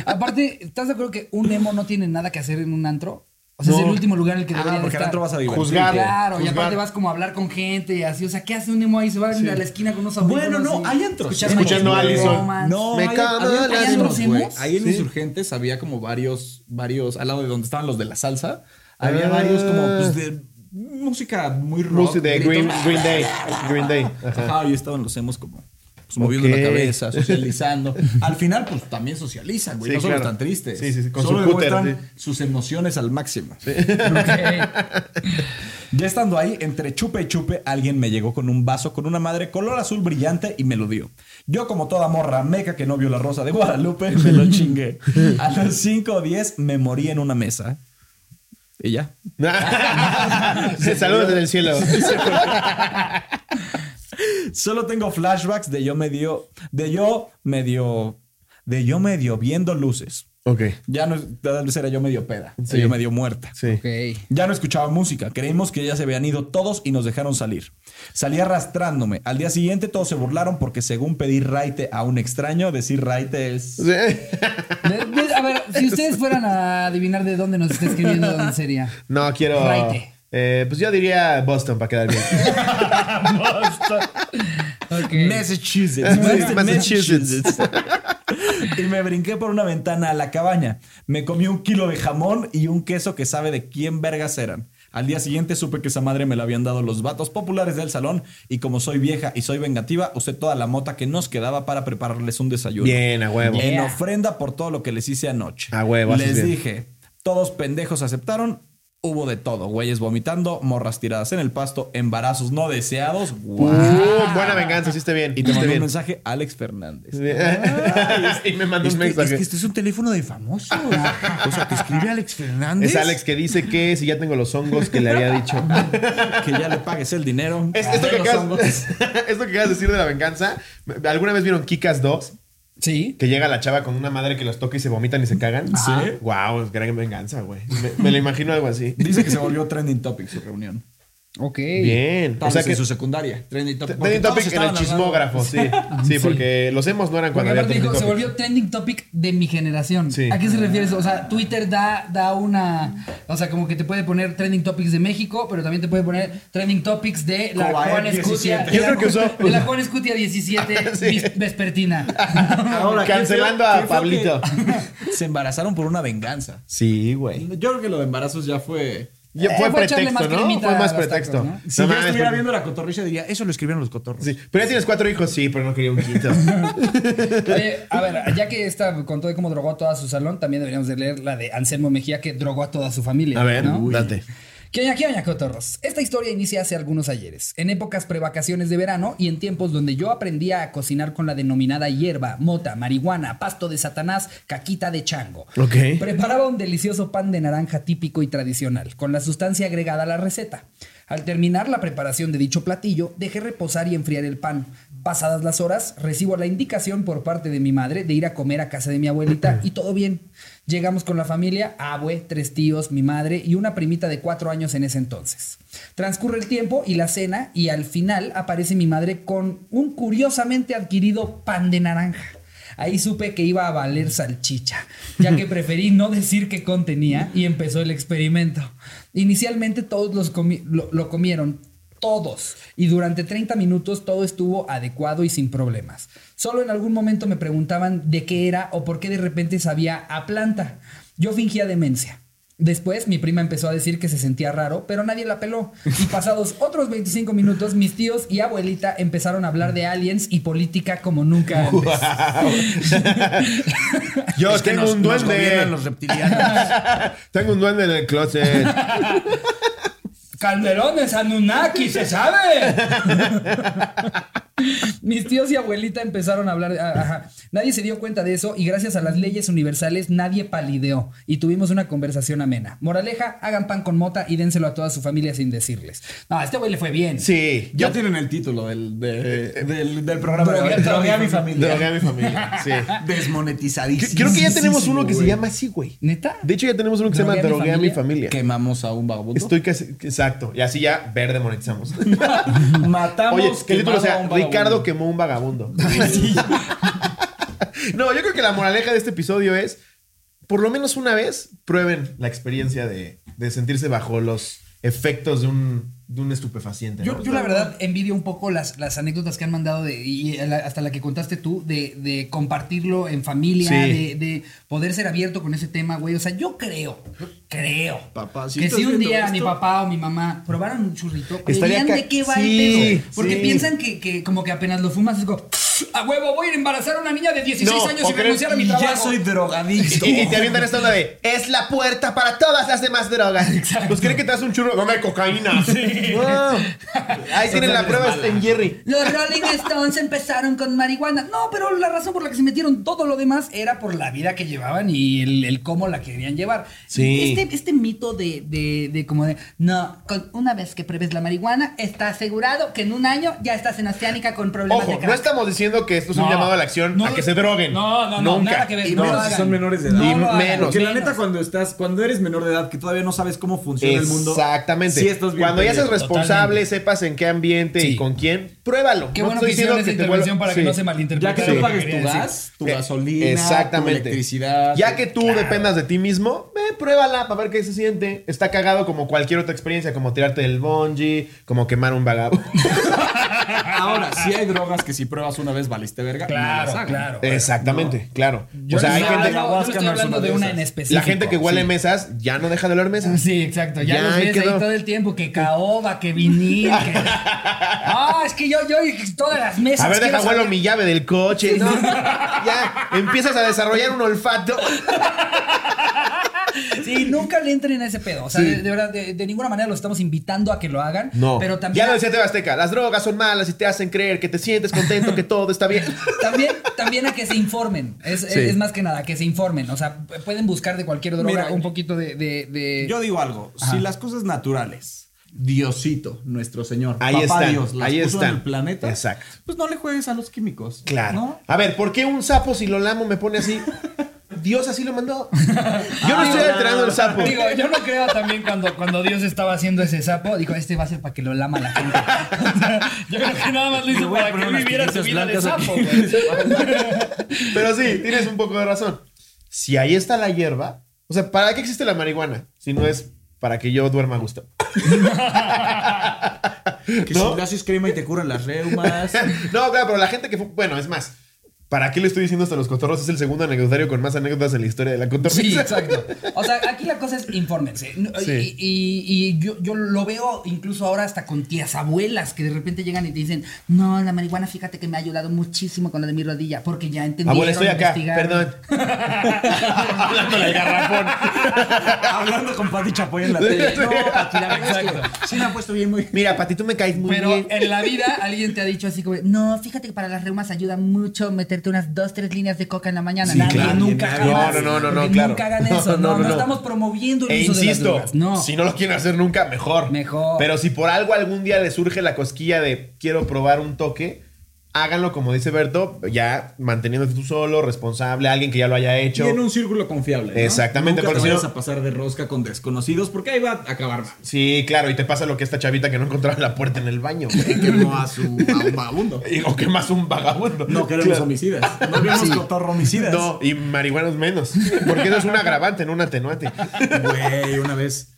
Aparte, ¿estás de acuerdo que un emo no tiene nada que hacer en un antro? O sea, es No. el último lugar en el que debería Ah, de porque al estar. antro vas a divertirte. Juzgar. Claro, y Juzgar. aparte vas como a hablar con gente y así. O sea, ¿qué hace un emo ahí? Se va a la esquina con unos audífonos. Bueno, no, y hay antros. Escuchando, Escuchando a Allison. bromas. No, Me hay- cago había- en la luz. hay antros, güey. ¿Hemos? Ahí en Insurgentes había como varios, varios, al lado de donde estaban los de la salsa, había Ah. varios como pues, de música muy rock. Música de gritos. Green, Green Day. Green Day. Ajá. Ajá, y estaban los hemos como pues, moviendo Ok. la cabeza, socializando. Al final, pues también socializan, güey. Sí, no solo claro. están tristes. Sí, sí, sí, con solo su cúter, demuestran sus emociones al máximo. Ok. Ya estando ahí, entre chupe y chupe, alguien me llegó con un vaso con una madre color azul brillante y me lo dio. Yo, como toda morra meca que no vio la rosa de Guadalupe, me lo chingué. A los 5 o 10 me morí en una mesa. Y ya. Se saludos desde el cielo. Solo tengo flashbacks de yo medio. De yo medio. De yo medio viendo luces. Ok. Ya no, tal vez era yo medio peda, era Sí. yo medio muerta. Sí. Ya no escuchaba música, creímos que ya se habían ido todos y nos dejaron salir. Salí arrastrándome. Al día siguiente todos se burlaron porque según pedí raite a un extraño, decir raite es... Sí. De- de- a ver, si ustedes fueran a adivinar de dónde nos está escribiendo, ¿dónde sería? No, quiero. Raite. Eh, pues yo diría Boston para quedar bien. Ok. Massachusetts. Massachusetts. y me brinqué por una ventana a la cabaña. Me comí un kilo de jamón y un queso que sabe de quién vergas eran. Al día siguiente supe que esa madre me la habían dado los vatos populares del salón y como soy vieja y soy vengativa, usé toda la mota que nos quedaba para prepararles un desayuno. Bien, a huevo. En ofrenda por todo lo que les hice anoche. A huevo, haces Les bien. dije, todos pendejos aceptaron. Hubo de todo, güeyes vomitando, morras tiradas en el pasto, embarazos no deseados. Guau. Uh, buena venganza, hiciste Y bien. te hiciste mandó un bien. mensaje Alex Fernández. y me mandó Es un que, mensaje. es que este es un teléfono de famoso. O sea, te escribe Alex Fernández. Es Alex que dice que si ya tengo los hongos que le había dicho. Que ya le pagues el dinero. Es- esto, que Menos acabas, hongos. esto que acabas de decir de la venganza, ¿alguna vez vieron Kikas 2? Sí. Que llega la chava con una madre que los toca y se vomitan y se cagan. Sí. Wow, es gran venganza, güey. Me, me lo imagino algo así. Dice que se volvió trending topic su reunión. Ok. Bien. O sea que. en su secundaria. Trending topic. porque Trending todos topic en el estaban hablando- chismógrafo, sí. Sí, porque los hemos no eran Porque cuando había aparte dijo, trending se topic. volvió trending topic de mi generación. Sí. ¿A qué se refiere eso? O sea, Twitter da, da una. O sea, como que te puede poner trending topics de México, pero también te puede poner trending topics de la Cobae Juan Escutia. 17. de la Yo creo que Ju- usó- de la Juan Escutia 17 Sí. vis- vespertina. Ahora, ¿qué Cancelando fue- a qué fue Pablito. que Se embarazaron por una venganza. Sí, güey. Yo creo que lo de embarazos ya fue. Ya Eh, fue fue echarle pretexto, más ¿no? cremita Fue a más los pretexto. tacos, ¿no? Si No yo mames, estuviera porque- viendo la cotorrilla diría, eso lo escribieron los cotorros. Sí, pero ya tienes cuatro hijos, sí, pero no quería un quinto. Oye, a ver, ya que esta contó de cómo drogó a toda su salón, también deberíamos de leer la de Anselmo Mejía que drogó a toda su familia. A ver, ¿no? date. ¿Qué oña, qué oña, cotorros? Esta historia inicia hace algunos ayeres, en épocas prevacaciones de verano y en tiempos donde yo aprendía a cocinar con la denominada hierba, mota, marihuana, pasto de satanás, caquita de chango. Ok. Preparaba un delicioso pan de naranja típico y tradicional, con la sustancia agregada a la receta. Al terminar la preparación de dicho platillo, dejé reposar y enfriar el pan. Pasadas las horas, recibo la indicación por parte de mi madre de ir a comer a casa de mi abuelita y todo bien. Llegamos con la familia, abue, tres tíos, mi madre y una primita de cuatro años en ese entonces. Transcurre el tiempo y la cena y al final aparece mi madre con un curiosamente adquirido pan de naranja. Ahí supe que iba a valer salchicha, ya que preferí no decir qué contenía y empezó el experimento. Inicialmente todos los comi- lo, lo comieron, todos, y durante 30 minutos todo estuvo adecuado y sin problemas. Solo en algún momento me preguntaban de qué era o por qué de repente sabía a planta. Yo fingía demencia. Después mi prima empezó a decir que se sentía raro, pero nadie la peló. Y pasados otros 25 minutos, mis tíos y abuelita empezaron a hablar de aliens y política como nunca antes. Yo Es que tengo nos- un nos gobiernan duende. los reptilianos. Tengo un duende en el closet. Calderones, Anunnaki, se sabe. Mis tíos y abuelita empezaron a hablar. ah, ajá. Nadie se dio cuenta de eso y gracias a las leyes universales nadie palideó y tuvimos una conversación amena. Moraleja, hagan pan con mota y dénselo a toda su familia sin decirles. No, a este güey le fue bien. Sí. ya tienen el título del, de- del, del programa. de hoy. Drogué- Drogué a mi Drogué familia. a mi familia. Sí. Desmonetizadísimo. Creo que ya tenemos uno que se llama así, güey. ¿Neta? De hecho, ya tenemos uno que se llama Drogué a mi Drogué a mi familia. Quemamos a un vagabundo. Estoy casi. Exacto. Y así ya verde monetizamos. Matamos Oye, que el título quemado a sea un vagabundo. Ricardo quemó un vagabundo. no, yo creo que la moraleja de este episodio es: por lo menos una vez prueben la experiencia de, de sentirse bajo los efectos de un, de un estupefaciente. Yo, ¿no? yo la verdad envidio un poco las, las anécdotas que han mandado de, y la- hasta la que contaste tú, de, de compartirlo en familia, Sí. de, de poder ser abierto con ese tema, güey. O sea, yo creo, yo creo Papá, si que estás si un viendo día esto- mi papá o mi mamá probaran un churrito, Estaría verían ca- de qué va Sí, el pedo. Porque sí. piensan que, que como que apenas lo fumas es como, a huevo, voy a embarazar a una niña de 16 No, años o y crees- renunciar a mi trabajo. Ya soy drogadicto. Y, y te avientan esta onda de es la puerta para todas las demás drogas. Pues creen que te das un churro. Dame cocaína. No. Ahí tienen la prueba Stan Jerry. Los Rolling Stones empezaron con marihuana. No, pero la razón por la que se metieron todo lo demás era por la vida que llevaban y el, el cómo la querían llevar. Sí. Este, este mito de, de- de como de, no, con- una vez que pruebes la marihuana, está asegurado que en un año ya estás en Oceánica con problemas de Ojo, no crack. estamos diciendo que esto es un No. llamado a la acción No, a que se droguen. No, no, no, Nunca. nada que ver. Y no lo menos si hagan. son menores de edad. No Y lo hagan, menos. Porque la menos. neta, cuando estás, cuando eres menor de edad, que todavía no sabes cómo funciona el mundo. Exactamente. sí estás bien Cuando ya seas pendejo. responsable, sepas en qué ambiente y Sí. con quién, pruébalo. Qué No bueno estoy que hicieron diciendo esa te vuelva- intervención para que Sí. no se Ya malinterprete. que lo no quería pagues tu decir. gas, tu Eh, gasolina, exactamente. tu electricidad. Ya que tú dependas de ti mismo, ve, pruébala para ver qué se siente. Está cagado como cualquier otra experiencia, como tirarte del bungee, como quemar un vagabundo. Ahora, sí hay drogas que si pruebas una sabes, valiste verga. y no la Claro, hagan. claro. Exactamente, claro. Yo o sea, no hay sé, gente. yo- yo no estoy no es hablando una de de una esas. en específico. La gente que huele Sí. mesas ya no deja de oler mesas. Sí, exacto. Ya, Ya, los ahí ves ahí quedó. todo el tiempo. Que caoba, que vinil. Que... Ah, es que yo, yo y todas las mesas. A ver, quiero deja huelo saber- mi llave del coche. ¿no? ya empiezas a desarrollar un olfato. Sí, Sí, nunca le entren a ese pedo. O sea, de, de verdad, de, de ninguna manera lo estamos invitando a que lo hagan. No. Pero también. Ya lo decía TV Azteca, las drogas son malas y te hacen creer que te sientes contento, que todo está bien. También, también a que se informen. Es, es- Sí. es más que nada, que se informen. O sea, p- pueden buscar de cualquier droga Mira, un poquito de. de- de- Yo digo algo, Ajá. si las cosas naturales, Diosito, nuestro Señor, Ahí Papá están, Dios, las ahí puso están. en el planeta, Exacto. pues no le juegues a los químicos. Claro. ¿no? A ver, ¿por qué un sapo si lo lamo me pone así? Dios así lo mandó. Yo no estoy alterando el sapo. Digo, Digo, yo no creo también cuando, cuando Dios estaba haciendo ese sapo, dijo, este va a ser para que lo lama la gente. O sea, yo creo que nada más lo Me hizo voy a para que poner él unas viviera su vida tiritas de blancas aquí. sapo, güey. Pero sí, tienes un poco de razón. Si ahí está la hierba, o sea, ¿para qué existe la marihuana? Si no es para que yo duerma a gusto. Que ¿No? si le haces crema y te curan las Ah, reumas. no, claro, pero la gente que fue. Bueno, es más. ¿Para qué le estoy diciendo hasta los cotorros? Es el segundo anecdotario con más anécdotas en la historia de la cotorriza. Sí, exacto. O sea, aquí la cosa es infórmense. No, y- Sí. Y, y yo, yo lo veo incluso ahora hasta con tías abuelas que de repente llegan y te dicen, no, la marihuana, fíjate que me ha ayudado muchísimo con lo de mi rodilla, porque ya entendí. Abuela, estoy acá. Perdón. Hablándole al garrafón. Hablando con Pati Chapoy en la tele. No, Pati, la verdad es que sí me ha puesto bien muy... Mira, Pati, tú me caes muy Pero bien. en la vida alguien te ha dicho así como, no, fíjate que para las reumas ayuda mucho meterte unas dos, tres líneas de coca en la mañana. Nadie claro. nunca Nadie. jamás, No, no, no, no, porque claro. Nunca hagan No, eso. No, no, no, no, no. estamos promoviendo el E uso de insisto, las drogas. No. si no lo quieren hacer nunca, mejor. Mejor. Pero si por algo algún día le surge la cosquilla de quiero probar un toque, háganlo como dice Berto, ya manteniéndote tú solo, responsable, alguien que ya lo haya Y hecho. en un círculo confiable. ¿no? Exactamente, Nunca te porque si vayas no- a pasar de rosca con desconocidos porque ahí va a acabar mal. Sí, claro, y te pasa lo que esta chavita que no encontraba la puerta en el baño. güey. Que no a, su, a un vagabundo. Y- o que más un vagabundo. No queremos Claro. homicidas. No queremos cotorro homicidas. No, y marihuanos menos. Porque eso es un agravante, no un atenuante. Güey, una vez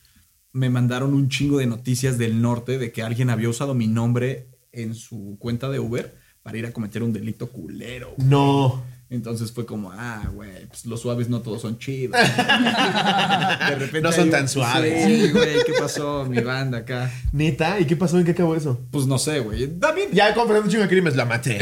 me mandaron un chingo de noticias del norte de que alguien había usado mi nombre en su cuenta de Uber para ir a cometer un delito culero. güey. No. Entonces fue como, ah, güey, pues los suaves no todos son chidos. De repente No son hay un- tan suaves. Sí, güey, ¿qué pasó? Mi banda acá. Neta, ¿y qué pasó? ¿En qué acabó eso? Pues no sé, güey. También Ya confesando un chingo de crímenes, la maté.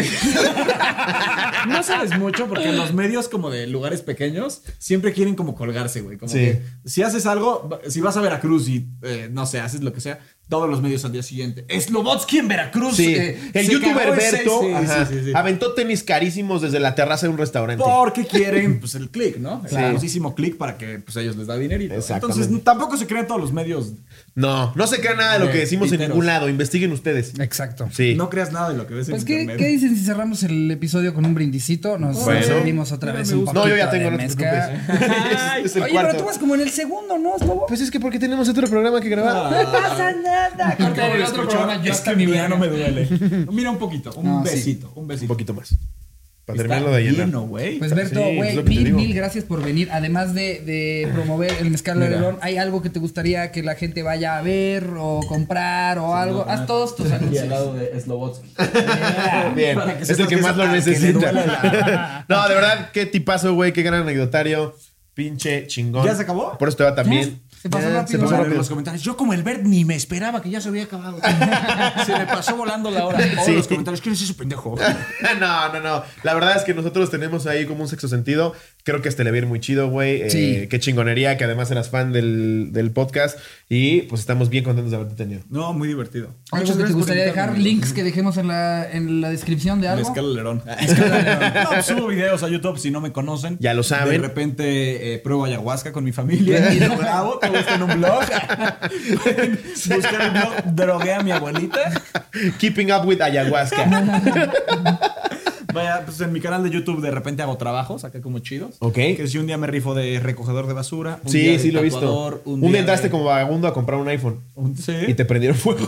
no sabes mucho porque los medios como de lugares pequeños siempre quieren como colgarse, güey. Como Sí. que si haces algo, va- si vas a Veracruz y eh, no sé, haces lo que sea, todos los medios al día siguiente. Slobotsky en Veracruz. Sí. eh, el se youtuber cagó en seis". Berto Sí, ajá, sí, sí, sí. aventó tenis carísimos desde la terraza de un restaurante. Porque quieren, pues, el click, ¿no? El Sí. famosísimo click para que, pues, ellos les da dinerito. Exactamente. Entonces, tampoco se crean todos los medios. No, no se crea nada de lo De que decimos en piteros. ningún lado. Investiguen ustedes. Exacto. Sí. No creas nada de lo que ves Pues, en ¿qué, internet. ¿qué dicen si cerramos el episodio con un brindicito? Nos Bueno. servimos otra vez un poquito No, yo ya tengo, de no te mezcal. preocupes. Este es el Oye, cuarto. pero tú vas como en el segundo, ¿no, Slobo? Pues es que porque tenemos otro programa que grabar. no pasa nada. Corta Acabo de el otro escuchar, programa, yo Ah. es hasta que mi mi no me verga. duele. Mira un poquito, un No, sí. besito, un besito. Un poquito más. Para terminarlo de Está llenar. lleno, güey. Pues Berto, Sí, güey, es lo que te mil, digo. mil gracias por venir. Además de, de promover el mezcal Mira. Lerón, ¿hay algo que te gustaría que la gente vaya a ver o comprar o algo? Haz todos tus Y al anuncios. lado de Slobotsky. Bien, Para que es el sepas que que más es- lo ah, que le necesita. duele no, de verdad, qué tipazo, güey, qué gran anecdotario. Pinche chingón. ¿Ya se acabó? Por eso te va también. Ya, se pasó rápido. Se pasó Bueno, en rápido. los comentarios. Yo como el Bert ni me esperaba que ya se había acabado. se me pasó volando la hora. O Sí. los comentarios. ¿Quién es ese pendejo? no, no, no. La verdad es que nosotros tenemos ahí como un sexo sentido. Creo que este le va a ir muy chido, güey. Eh, Sí. Qué chingonería, que además eras fan del, del podcast. Y pues estamos bien contentos de haberte tenido. No, muy divertido. ¿Algo que te gustaría dejar? Links que dejemos en la, en la descripción de Me algo. escala Lerón. No, pues, subo videos a YouTube si no me conocen. Ya lo saben. De repente eh, pruebo ayahuasca con mi familia y lo grabo. Todo está en un blog. Pueden Buscar el blog Drogué a mi abuelita. Keeping up with ayahuasca. Vaya, pues en mi canal de YouTube de repente hago trabajos acá como chidos. Ok. Que si un día me rifo de recogedor de basura. Un día sí, de sí, lo he tatuador, visto. Un, Un día entraste de- como vagabundo a comprar un iPhone un- sí. y te prendieron fuego.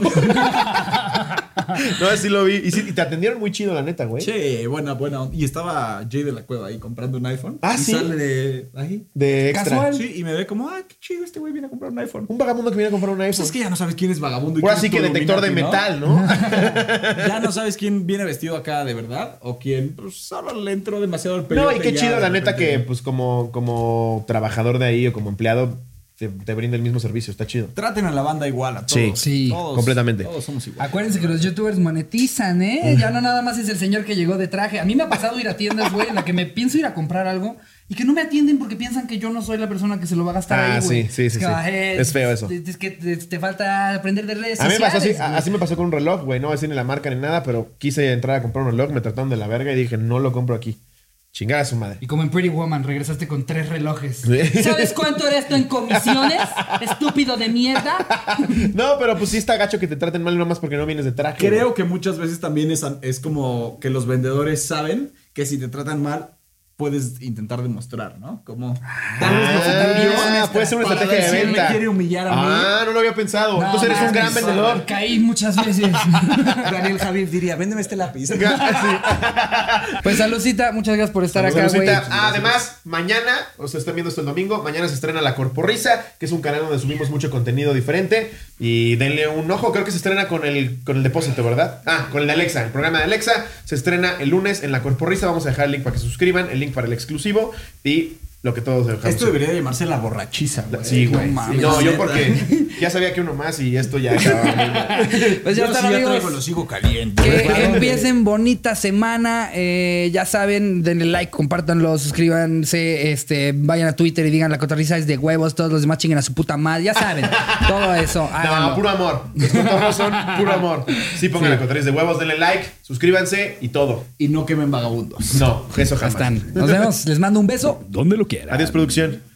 No, sí lo vi. Y, sí, y te atendieron muy chido, la neta, güey. Che, buena, buena. onda. Y estaba Jay de la Cueva ahí comprando un iPhone. Ah, y sí. sale de ahí. De extra. Casual. Sí, y me ve como, ah, qué chido, este güey viene a comprar un iPhone. Un vagabundo que viene a comprar un Pues iPhone. es que ya no sabes quién es vagabundo. y Ahora quién sí es que todo detector de Illuminati, metal, ¿no? ¿no? Ya no sabes quién viene vestido acá de verdad o quién pues, solo le entró demasiado al No, peyote y qué ya chido, de la neta, repente. que pues como, como trabajador de ahí o como empleado, te, te brinda el mismo servicio. Está chido. Traten a la banda igual, a todos. Sí, sí, Todos- completamente. Ah, Todos somos iguales. Acuérdense que los youtubers monetizan, ¿eh? Ya no nada más es el señor que llegó de traje. A mí me ha pasado ir a tiendas, güey, en la que me pienso ir a comprar algo y que no me atienden porque piensan que yo no soy la persona que se lo va a gastar Ah, ahí, güey. sí, sí, sí, Es que, sí. ah, eh, Es feo eso. Es que te, te falta aprender de redes A mí me pasó así, sociales, güey. a- así me pasó con un reloj, güey. No voy a decir ni la marca ni nada, pero quise entrar a comprar un reloj, me trataron de la verga y dije, no lo compro aquí. Chingada su madre. Y como en Pretty Woman, regresaste con tres relojes. Sí. ¿Sabes cuánto era esto en comisiones? Estúpido de mierda. No, pero pues sí está gacho que te traten mal nomás porque no vienes de traje. Creo que muchas veces también es, es como que los vendedores saben que si te tratan mal, puedes intentar demostrar, ¿no? Como tal vez me Ah, senté bien, puede ser una para ver estrategia de si él venta. me quiere humillar a mí. Ah, no lo había pensado. Entonces eres un gran mames, vendedor. Caí muchas veces. Daniel Javier diría, véndeme este lápiz. Ah, Pues saludcita, muchas gracias por estar acá, güey. Saludcita. Ah, además, mañana, o sea, están viendo esto el domingo, mañana se estrena La Corporrisa, que es un canal donde subimos mucho contenido diferente. Y denle un ojo, creo que se estrena con el, con el depósito, ¿verdad? Ah, con el de Alexa, el programa de Alexa. Se estrena el lunes en La Corporrisa. Vamos a dejar el link para que se suscriban, el link para el exclusivo y lo que todos dejamos. Esto debería llamarse la borrachiza, güey. Sí, güey. Sí, No, mames, yo neta. porque ya sabía que uno más y esto ya acababa. Pues ya Yo están, sí ya amigos. traigo el hocico caliente. pues, Que Claro. empiecen bonita semana. eh, ya saben, denle like, compártanlo, suscríbanse, este, vayan a Twitter y digan la cotorriza es de huevos, todos los demás chinguen a su puta madre. Ya saben, todo eso. háganlo. Ah, No, puro amor. Los cotorros son puro amor. Sí, pongan la cotorriz de huevos, denle like, suscríbanse y todo. Y no quemen vagabundos. No, eso Ya jamás. están. Nos vemos. Les mando un beso. Adiós, producción.